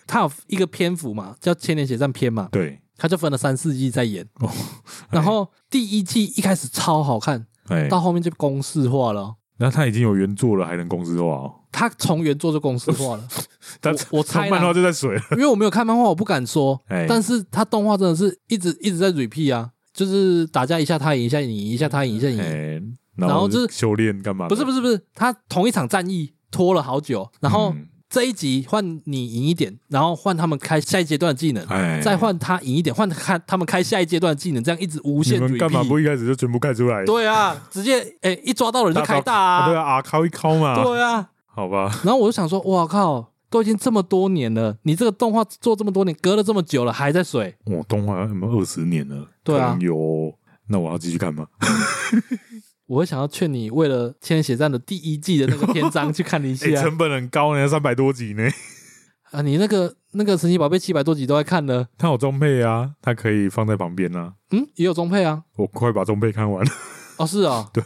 A: 它有一个篇幅嘛，叫《千年血战》篇嘛，
B: 对，
A: 它就分了三四季在演。
B: 哦
A: 然后第一季一开始超好看，
B: 哎，
A: 到后面就公式化了哦。
B: 那他已经有原作了，还能公司化哦？
A: 它从原作就公式化 了，
B: 但
A: 我我猜啦
B: 从漫画就在水了，
A: 因为我没有看漫画，我不敢说。
B: 哎，
A: 但是它动画真的是一直一直在 repeat 啊，就是打架一下他赢一下你赢一下他赢一下你赢，
B: 哎，
A: 嗯然后就是
B: 修炼干嘛的？
A: 不是不
B: 是，
A: 是不是，他同一场战役拖了好久，然后
B: 嗯
A: 这一集换你赢一点，然后换他们开下一阶段的技能，
B: 哎，
A: 再换他赢一点，换他他们开下一阶段的技能，这样一直无
B: 你
A: 限
B: 们干嘛
A: repeat。
B: 不一开始就全部盖出来？
A: 对啊，直接哎、一抓到人就开大
B: 啊， 对
A: 啊，
B: 啊，啊敲一敲嘛，
A: 对啊。
B: 好吧，
A: 然后我就想说，哇靠，都已经这么多年了，你这个动画做这么多年，隔了这么久了还在水，
B: 我动画有没有二十年了？
A: 对啊
B: 可能有，那我要继续看吗？
A: 我会想要劝你为了《千年血战》的第一季的那个篇章去看一
B: 哎，
A: 下
B: 成本很高呢，三百多集呢。
A: 啊，你那个那个神奇宝贝七百多集都在看呢，
B: 它有装配啊，它可以放在旁边啊。
A: 嗯，也有中配啊，
B: 我快把装配看完了，
A: 哦是哦，
B: 对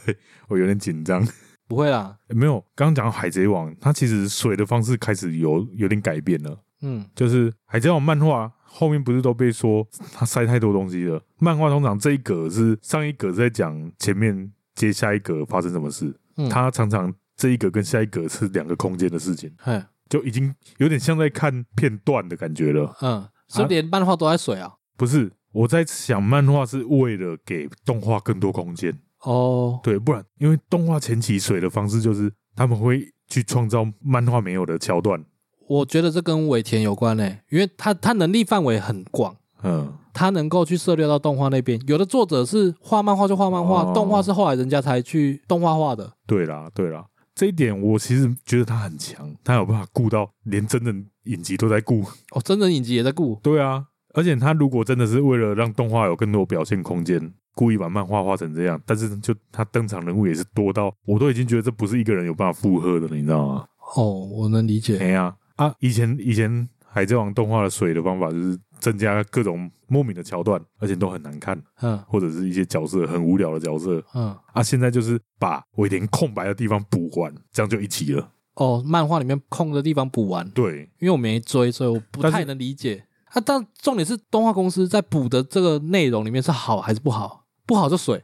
B: 我有点紧张。
A: 不会啦，
B: 没有，刚刚讲到海贼王，它其实水的方式开始有有点改变了。
A: 嗯，
B: 就是海贼王漫画后面不是都被说它塞太多东西了？漫画通常这一格是上一格是在讲前面接下一格发生什么事，
A: 嗯
B: 它常常这一格跟下一格是两个空间的事情，
A: 嘿，
B: 就已经有点像在看片段的感觉了。
A: 嗯，所以连漫画都在水啊，
B: 不是，我在想漫画是为了给动画更多空间，
A: 哦，
B: 对，不然因为动画前期水的方式就是他们会去创造漫画没有的桥段，
A: 我觉得这跟尾田有关嘞、因为他他能力范围很广。
B: 嗯，
A: 他能够去涉猎到动画那边，有的作者是画漫画就画漫画，
B: 哦
A: 动画是后来人家才去动画化的。
B: 对啦，对啦，这一点我其实觉得他很强，他有办法顾到连真人影集都在顾。
A: 哦，真人影集也在顾，
B: 对啊，而且他如果真的是为了让动画有更多表现空间，故意把漫画画成这样，但是就他登场人物也是多到我都已经觉得这不是一个人有办法负荷的了，你知道吗？
A: 哦，我能理解。
B: 哎呀啊，以前以前海贼王动画的水的方法就是增加各种莫名的桥段，而且都很难看，
A: 嗯
B: 或者是一些角色很无聊的角色
A: 嗯，
B: 啊。现在就是把尾田空白的地方补完，这样就一集了。
A: 哦，漫画里面空的地方补完，
B: 对，
A: 因为我没追，所以我不
B: 但是
A: 太能理解。啊，但重点是动画公司在补的这个内容里面是好还是不好？不好就 水，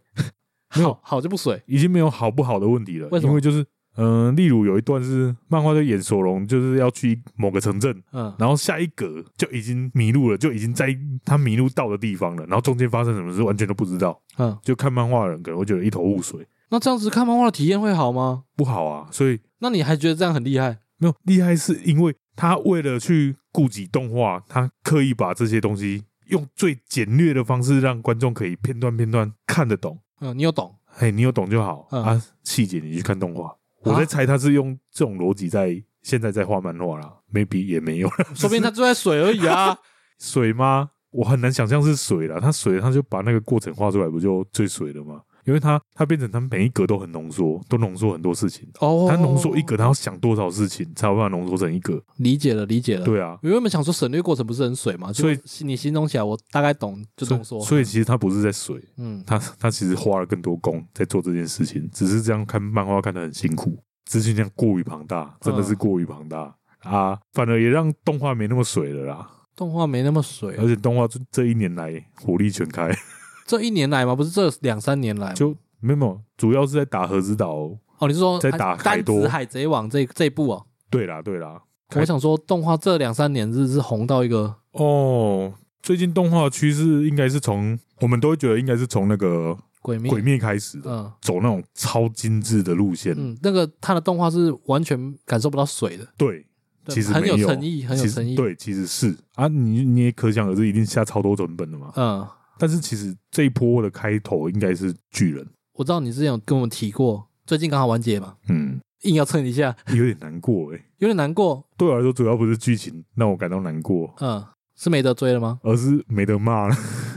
B: 没有
A: 好好就不水。
B: 已经没有好不好的问题了，
A: 为什么
B: 因为就是，嗯、例如有一段是漫画在演索隆，就是要去某个城镇，
A: 嗯，
B: 然后下一格就已经迷路了，就已经在他迷路到的地方了，然后中间发生什么事完全都不知道，
A: 嗯，
B: 就看漫画的人可能会觉得一头雾水，
A: 那这样子看漫画的体验会好吗？
B: 不好啊。所以
A: 那你还觉得这样很厉害？
B: 没有厉害，是因为他为了去顾及动画，他刻意把这些东西用最简略的方式让观众可以片段片段看得懂。
A: 嗯，你有懂？
B: 嘿，你有懂就好、
A: 嗯啊
B: 啊。细节你去看动画，我在猜他是用这种逻辑在现在在画漫画啦，maybe 也没有 啦。
A: 说不定他就在水而已啊。
B: 水吗？我很难想象是水啦。他水，他就把那个过程画出来，不就最水了吗？因为他他变成他每一格都很浓缩，都浓缩很多事情。
A: 哦，
B: 他浓缩一格，他要想多少事情才有办法浓缩成一格？
A: 理解了，理解了。
B: 对啊，
A: 我原本想说省略过程不是很水嘛，
B: 所以
A: 就你形容起来，我大概懂，就这么
B: 所
A: 说
B: 以。所以其实他不是在水，
A: 嗯，
B: 他他其实花了更多功在做这件事情，只是这样看漫画看得很辛苦，资讯量过于庞大，真的
A: 嗯
B: 是过于庞大、啊，反而也让动画没那么水了啦。
A: 动画没那么水啊
B: 而，且动画这这一年来火力全开，
A: 这一年来嘛，不是这两三年来吗
B: 就没有没有，主要是在打和之岛。
A: 哦，你是说
B: 在打
A: 单
B: 海多
A: 指海贼王》这这一部哦？
B: 对啦对啦，海
A: 我想说，动画这两三年是是红到一个
B: 哦，最近动画趋势应该是从我们都会觉得应该是从那个
A: 鬼灭，
B: 鬼灭开始的，
A: 嗯
B: 走那种超精致的路线。
A: 嗯，那个他的动画是完全感受不到水的，
B: 对，
A: 对
B: 其实
A: 很
B: 没
A: 有
B: 有
A: 诚意，很有
B: 其实
A: 诚意。，
B: 对，其实是啊，你你也可想而知，一定下超多成本的嘛。
A: 嗯，
B: 但是其实这一波的开头应该是巨人，
A: 我知道你之前有跟我们提过，最近刚好完结嘛，
B: 嗯，
A: 硬要蹭一下，
B: 有点难过诶、
A: 有点难过。
B: 对我来说，主要不是剧情让我感到难过，
A: 嗯，是没得追了吗？
B: 而是没得骂了。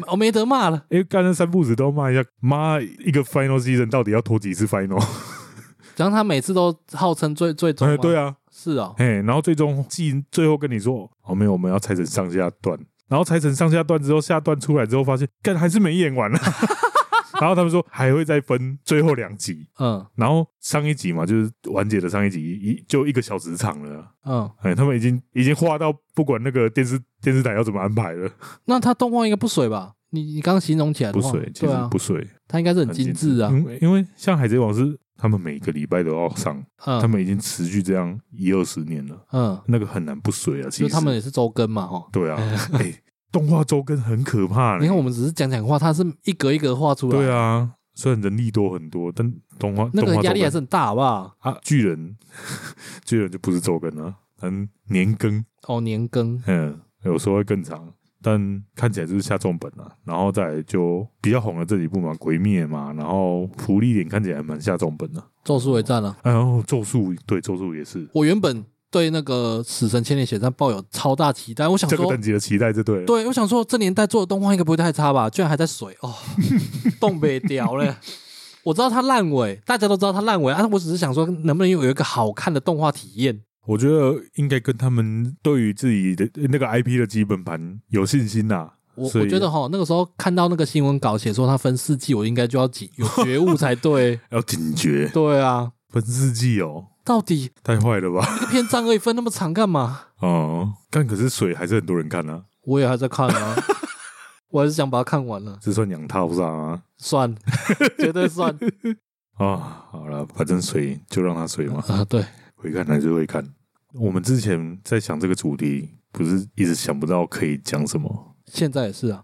A: 我、没得骂了，
B: 因为干那三步子都要骂一下，妈一个 final season 到底要拖几次 final？
A: 然后他每次都号称最最终、
B: 哎， 对
A: 啊，
B: 啊，
A: 是哦，
B: 哎，然后最终季最后跟你说，哦，没有，我们要拆成上下段，然后拆成上下段之后，下段出来之后发现，干还是没演完啊。 然后他们说还会再分最后两集，
A: 嗯
B: 然后上一集嘛，就是完结的上一集，一就一个小时长了啊。
A: 嗯，
B: 哎，他们已经已经画到不管那个电视电视台要怎么安排了，
A: 那他动画应该不水吧？你你刚形容起来的
B: 不
A: 话，
B: 水，其
A: 对
B: 实
A: 啊
B: 不，水，
A: 他应该是很精致啊，
B: 因为因为像海贼王是他们每一个礼拜都要上，
A: 嗯，
B: 他们已经持续这样一二十年了，
A: 嗯，
B: 那个很难不水啊。其
A: 就
B: 实
A: 他们也是周更嘛，哦。
B: 对啊，哎，动画周更很可怕。
A: 你看，我，们只是讲讲话，它是一格一格画出来，
B: 对，啊，虽然人力多很多，但动画
A: 那
B: 动
A: 个
B: 画周
A: 压力还
B: 更
A: 是很大，好不好？
B: 啊，巨人 巨人就不是周更啊，嗯，年更，
A: 哦，年更，
B: 嗯，有时候会更长。但看起来就是下重本啊，然后再来就比较红的这几部嘛，《鬼灭》嘛，然后《福利点》看起来还蛮下重本的、啊，
A: 咒术回战了、啊。
B: 然后《咒术》对，《咒术》也是
A: 我原本对那个《死神千年血战》抱有超大期待，我想
B: 这个
A: 说
B: 等，级的期待就对了。
A: 对我想说，这年代做的动画应该不会太差吧？居然还在水哦， 冻北屌嘞！我知道它烂尾，大家都知道它烂尾，但啊是我只是想说，能不能有一个好看的动画体验？
B: 我觉得应该跟他们对于自己的那个 IP 的基本盘有信心呐、
A: 我
B: 所以
A: 我觉得哈，那个时候看到那个新闻稿写说它分四季，我应该就要警有觉悟才 对。
B: 要警觉。
A: 对啊，
B: 分世纪哦，
A: 到底
B: 太坏了吧？
A: 一篇章而已分那么长干嘛？
B: 哦，但可是水还是很多人看啊，
A: 我也还在看 啊，我还是想把它看完了，
B: 这算养套上啊。
A: 算， 绝对算
B: 啊、好了，反正水就让它水嘛，
A: 啊，对，
B: 会看还是会看。我们之前在想这个主题，不是一直想不到可以讲什么。
A: 现在也是啊，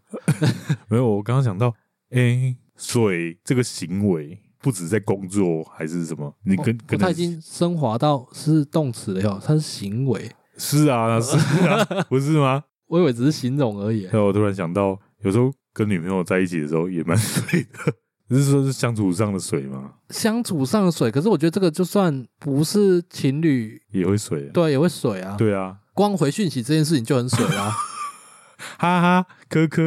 B: 没有，我刚刚想到，哎、水这个行为不止在工作还是什么，你跟、
A: 哦
B: 跟
A: 它已经升华到是动词了哟，它是行为，
B: 是啊，是啊， 不是吗？
A: 我以为只是形容而已。
B: 还有我突然想到，有时候跟女朋友在一起的时候也蛮水的， 只是说是相处上的水嘛，
A: 相处上的水，可是我觉得这个就算不是情侣，
B: 也会水、啊。
A: 对，也会水啊。
B: 对啊，
A: 光回讯息这件事情就很水 啦、啊。
B: 哈哈，科科，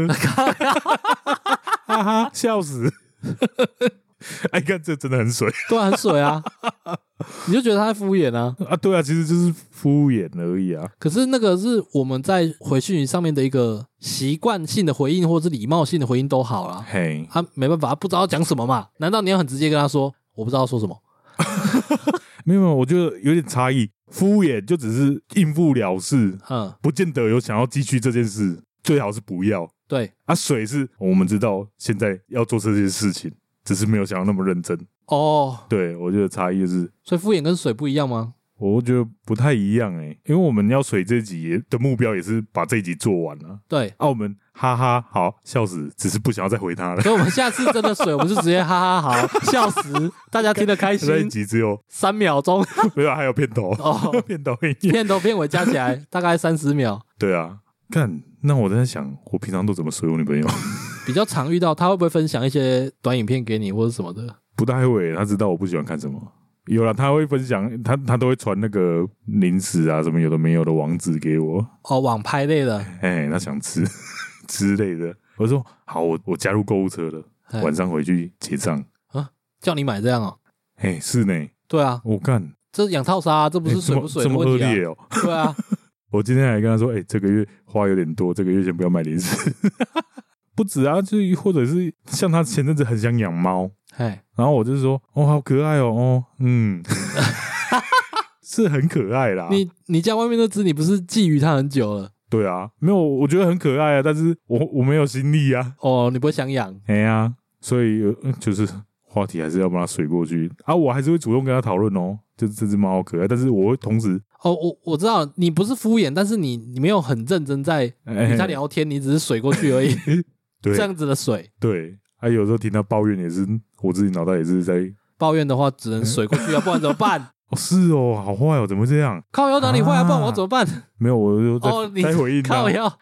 B: 哈哈，笑死！ 哎，看这真的很水
A: 对啊，很水啊， 你就觉得他在敷衍啊。
B: 啊！对啊，其实就是敷衍而已啊。
A: 可是那个是我们在回讯息上面的一个习惯性的回应，或是礼貌性的回应都好啦。
B: 嘿，
A: 他没办法，他不知道讲什么嘛？难道你要很直接跟他说我不知道说什么？
B: 没有，没有我觉得有点差异。敷衍就只是应付了事，
A: 嗯，
B: 不见得有想要继续这件事，最好是不要。
A: 对，
B: 啊，水是我们知道现在要做这件事情，只是没有想要那么认真。
A: 哦，
B: 对，我觉得差异就是，
A: 所以敷衍跟水不一样吗？
B: 我觉得不太一样诶、因为我们要水这集也的目标也是把这一集做完啊。
A: 对，
B: 啊，我们哈哈好笑死，只是不想要再回他 了。
A: 所以我们下次真的水，我们就直接哈哈好笑死，大家听得开
B: 这一
A: 心，
B: 集只有
A: 三秒钟
B: 没有，还有片头，
A: 哦，
B: 片头音乐。
A: 片头片尾加起来大概三十秒，
B: 对啊，看，那我在想，我平常都怎么水我女朋友？
A: 比较常遇到，他会不会分享一些短影片给你或者什么的？
B: 不太会，她知道我不喜欢看什么。有了，她会分享，她她都会传那个零食啊，什么有的没有的网址给我。
A: 哦，网拍类的，
B: 哎，她想吃 之类的。我说好，我我加入购物车了，
A: 哎
B: 晚上回去结账。
A: 叫你买这样哦。
B: 哎，是呢，
A: 对啊，
B: 我干，
A: 这是养套杀、啊，这不
B: 哎
A: 是
B: 这
A: 水
B: 么
A: 不水
B: 这
A: 的
B: 么恶
A: 问题啊。
B: 劣哦。
A: 对啊，
B: 我今天还跟他说，哎、这个月花有点多，这个月先不要买零食。 不止啊，就或者是像他前阵子很想养猫，
A: 哎，
B: 然后我就说，哦，好可爱哦，哦， 嗯，是很可爱啦。
A: 你你家外面那只，你不是觊觎它很久了？
B: 对啊，没有，我觉得很可爱啊，但是我我没有心力啊，
A: 哦，你不会想养？
B: 哎呀、所以、呃就是话题还是要把它水过去啊，我还是会主动跟他讨论哦，就是这只猫好可爱，但是我会同时
A: 哦，我我知道你不是敷衍，但是你你没有很认真在
B: 哎
A: 与他聊天，你只是水过去 而已，
B: 对
A: 这样子的水。
B: 对，啊，有时候听他抱怨也是我自己脑袋也是在
A: 抱怨的话只能水过去啊，不然怎么办？
B: 哦，是哦，好坏哦，怎么会这样？
A: 靠腰哪里坏啊？
B: 啊
A: 不然我怎么办？
B: 没有，我就在、
A: 哦，你
B: 在回应他
A: 靠腰，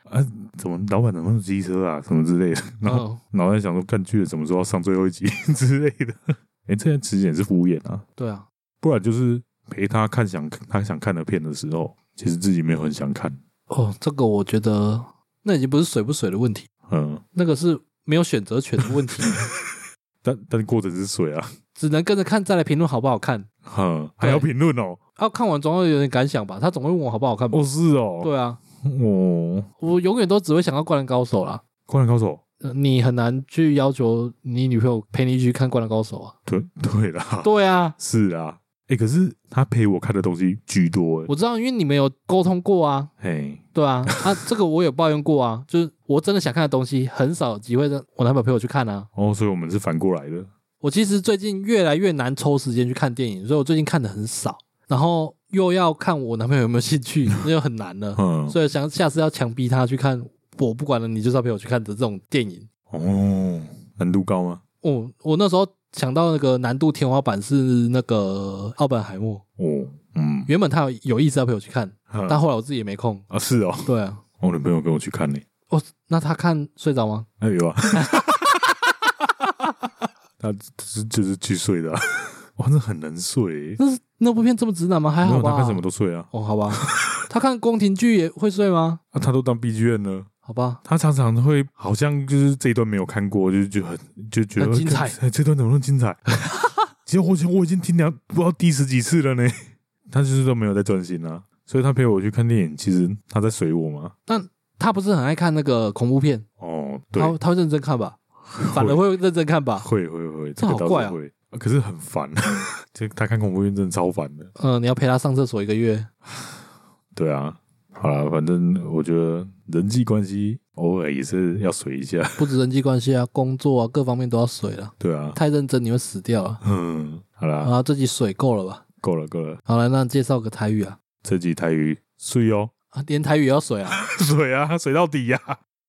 B: 怎么老板怎么那么机车啊，什么之类的。 然后
A: 嗯，
B: 脑袋想说，干剧了什么时候要上最后一集 之类的？哎、这样其实也是敷衍啊，
A: 对啊，
B: 不然就是陪他看想他想看的片的时候，其实自己没有很想看。
A: 哦，这个我觉得那已经不是水不水的问题，
B: 嗯，
A: 那个是没有选择权的问题，
B: 但但过程是水啊，
A: 只能跟着看再来评论好不好看。
B: 嗯，还要评论哦，
A: 啊，看完总要有点感想吧？他总会问我好不好看吧？
B: 哦是哦，
A: 对啊，
B: 哦，
A: 我永远都只会想到《灌篮高手》啦。
B: 《灌篮高手
A: 呃你很难去要求你女朋友陪你一起去看《灌篮高手》啊。》
B: 对对啦，
A: 对啊，
B: 是啊，哎、可是他陪我看的东西居多哎、
A: 我知道，因为你们有沟通过啊。
B: 嘿，
A: 对啊， 啊，这个我有抱怨过啊，就是我真的想看的东西，很少有机会让我男朋友陪我去看啊。
B: 哦，所以我们是反过来的，
A: 我其实最近越来越难抽时间去看电影，所以我最近看的很少，然后又要看我男朋友有没有兴趣， 那就很难了。
B: 嗯，
A: 所以想下次要强逼他去看，我不管了，你就是要陪我去看的这种电影。
B: 哦，难度高吗？
A: 哦，我那时候想到那个难度天花板是那个奥本海默，
B: 哦，嗯，
A: 原本他有有意思要陪我去看，
B: 嗯
A: 但后来我自己也没空。
B: 啊是哦，
A: 对啊，
B: 我女朋友跟我去看呢、
A: 哦，那他看睡着吗？
B: 哎呦 啊，他就是就是去睡的、啊， 哇，那很能睡、欸，
A: 那是那部片这么直男吗？还
B: 没
A: 好
B: 有
A: 吧。
B: 他看什么都睡啊，
A: 哦，好吧，他看宫廷剧也会睡吗？
B: 啊，他都当 B G M 了。
A: 好吧，
B: 他常常会好像就是这一段没有看过，就就很就觉得
A: 很精彩
B: 哎这段怎么那么精彩？ 其实我我已经听了不知道第十几次了呢，他就是都没有在专心啊。所以他陪我去看电影，其实他在随我嘛。
A: 他不是很爱看那个恐怖片，
B: 哦，对，
A: 他他会认真看 吧，反而会认真看吧。
B: 会会会，
A: 这
B: 这
A: 好
B: 个倒
A: 怪
B: 是
A: 啊
B: 会，啊可是很烦。 这他看恐怖片真的超烦的。
A: 嗯、你要陪他上厕所一个月，
B: 对啊，好啦，反正我觉得人际关系偶尔也是要随一下。
A: 不止人际关系啊，工作啊，各方面都要水了。
B: 对啊，
A: 太认真你会死掉啊！
B: 嗯，好啦，
A: 啊，这集水够了吧？
B: 够了够了，
A: 好来，那介绍个台语啊，
B: 这集台语睡哦。
A: 啊，连台语也要水啊？
B: 水啊，水到底呀、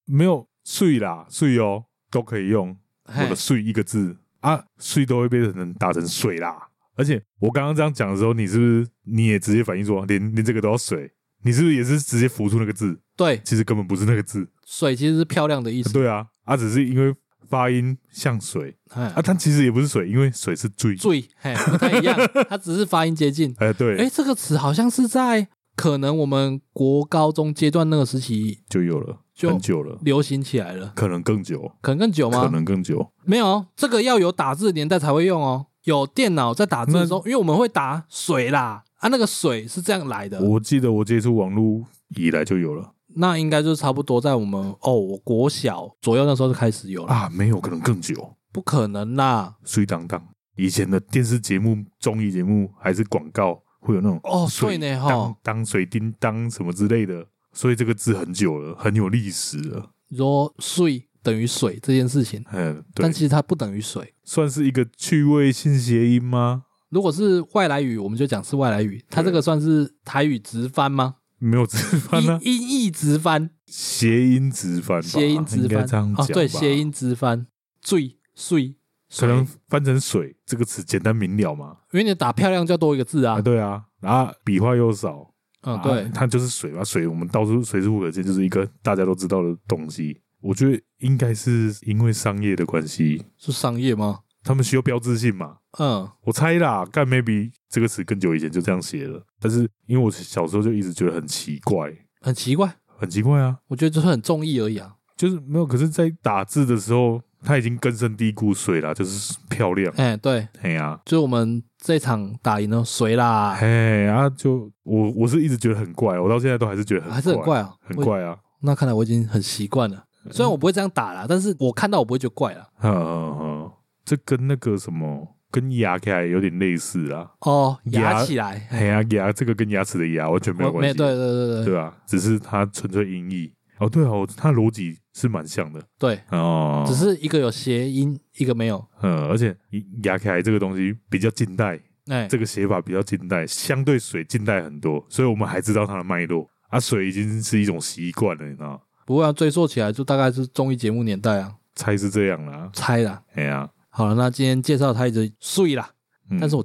B: 没有睡啦，睡哦都可以用。我
A: 嘿
B: 的睡一个字啊，睡都会被人打成水啦。而且我刚刚这样讲的时候，你是不是你也直接反应说，连连这个都要水？你是不是也是直接浮出那个字？
A: 对，
B: 其实根本不是那个字。
A: 水其实是漂亮的意思。
B: 对啊，啊，只是因为发音像水
A: 哎
B: 啊，，它其实也不是水，因为水是醉。
A: 注意，嘿，不太一 样，它只是发音接近。
B: 哎、对，
A: 哎，这个词好像是在可能我们国高中阶段那个时期
B: 就有了，
A: 就
B: 很久了，
A: 流行起来了，
B: 可能更久，
A: 可能更久
B: 可
A: 吗？
B: 能更久。
A: 没有，哦这个要有打字的年代才会用哦。有电脑在打字的时候，因为我们会打水啦，啊，那个水是这样来的，
B: 我记得我接触网络以来就有了
A: 那应该就是差不多在我们哦，我国小左右那时候就开始有了，
B: 啊，没有可能更久。
A: 不可能啦。
B: 水当当。以前的电视节目、综艺节目还是广告，会有那种
A: 哦，对
B: 水
A: 呢，
B: 当
A: 哈，
B: 当、水叮当什么之类的，所以这个字很久了，很有历史了。
A: 你说水等于水这件事情，
B: 嗯，对
A: 但，其实它不等于水。
B: 算是一个趣味性谐音吗？
A: 如果是外来语，我们就讲是外来语。它这个算是台语直翻吗？
B: 没有直翻啊
A: 音，音译直翻，
B: 谐音直翻吧，
A: 谐音直
B: 应该
A: 翻
B: 这样
A: 啊
B: 讲，吧
A: 对，谐音直翻，最水
B: 可
A: 水，
B: 能
A: 因
B: 翻成水这个词简单明了嘛？
A: 为你打漂亮就要多一个字
B: 啊，
A: 啊。
B: 对啊，啊，笔画又少，
A: 嗯，
B: 啊
A: 对，
B: 它就是水嘛，水我们到处随处可见，就是一个大家都知道的东西。我觉得应该是因为商业的关系，
A: 是商业吗？
B: 他们需要标志性嘛。
A: 嗯，
B: 我猜啦，干 maybe 这个词更久以前就这样写了，但是因为我小时候就一直觉得很奇怪，
A: 很奇怪，
B: 很奇怪啊，
A: 我觉得就是很中意而已啊。
B: 就是没有。可是，在打字的时候，它已经根深蒂固，水啦，就是漂亮，
A: 哎，对，
B: 嘿啊呀、
A: 就是我们这场打赢了谁啦？
B: 嘿啊，就我我是一直觉得很怪，我到现在都还是觉得很
A: 还是很怪啊，
B: 很
A: 我。
B: 怪啊，
A: 那看来我已经很习惯了，虽然我不会这样打啦，但是我看到我不会觉得怪啦。
B: 呵呵呵，嗯这跟那个什么，跟牙起来有点类似啊。
A: 哦，
B: 牙
A: 牙起来，
B: 哎
A: 嘿
B: 呀，牙这个跟牙齿的牙完全没有
A: 我
B: 关系，
A: 对对对对
B: 对吧？只是它纯粹音译。哦，对哦，它逻辑是蛮像的
A: 对，
B: 哦。
A: 只是一个有谐音，一个没有。
B: 嗯，而且牙起来这个东西比较近代，
A: 哎，
B: 这个写法比较近代，相对水近代很多，所以我们还知道它的脉络。啊，水已经是一种习惯了，你知道吗？
A: 不过要追溯起来，就大概是综艺节目年代啊，
B: 猜是这样啦，
A: 猜啦。
B: 哎呀，
A: 好了，那今天介绍他一直睡啦，
B: 嗯
A: 但是我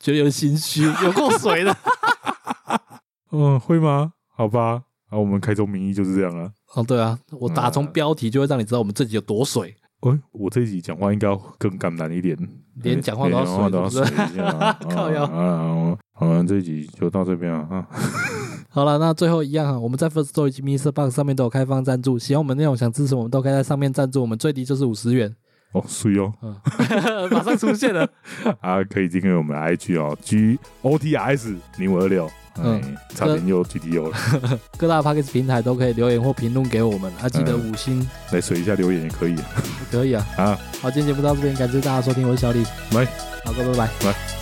A: 觉得有点心虚，有够水的。
B: 嗯，会吗？好吧，啊，我们开宗明义就是这样了。
A: 哦，对啊，我打
B: 嗯
A: 从标题就会让你知道我们这集有多水，
B: 哎，我这一集讲话应该要更感男一点，
A: 连讲话都要
B: 连
A: 水
B: 讲话都要
A: 是不
B: 水
A: 是。
B: 一下啊
A: 靠腰
B: 啊啊，我好了，这一集就到这边了啊。
A: 好了，那最后一样啊，我们在 First Story 及 Mr. Box 上面都有开放赞助，喜欢我们内容想支持我们，都可以在上面赞助，我们最低就是五十 元，
B: 哦，睡哦，
A: 嗯，马上出现了，
B: 啊，可以订阅我们的 IG 哦，G O T R S 零五二六，
A: 嗯
B: 哎，差点又 G T O 了，
A: 各大 p a c k a g e 平台都可以留言或评论给我们，啊，记得
B: 嗯
A: 五星、
B: 来水一下留言也可以。
A: 可以啊，
B: 啊，
A: 好，今天节目到这边，感谢大家收听，我是小李，
B: 拜，
A: 好，各位拜拜。
B: 拜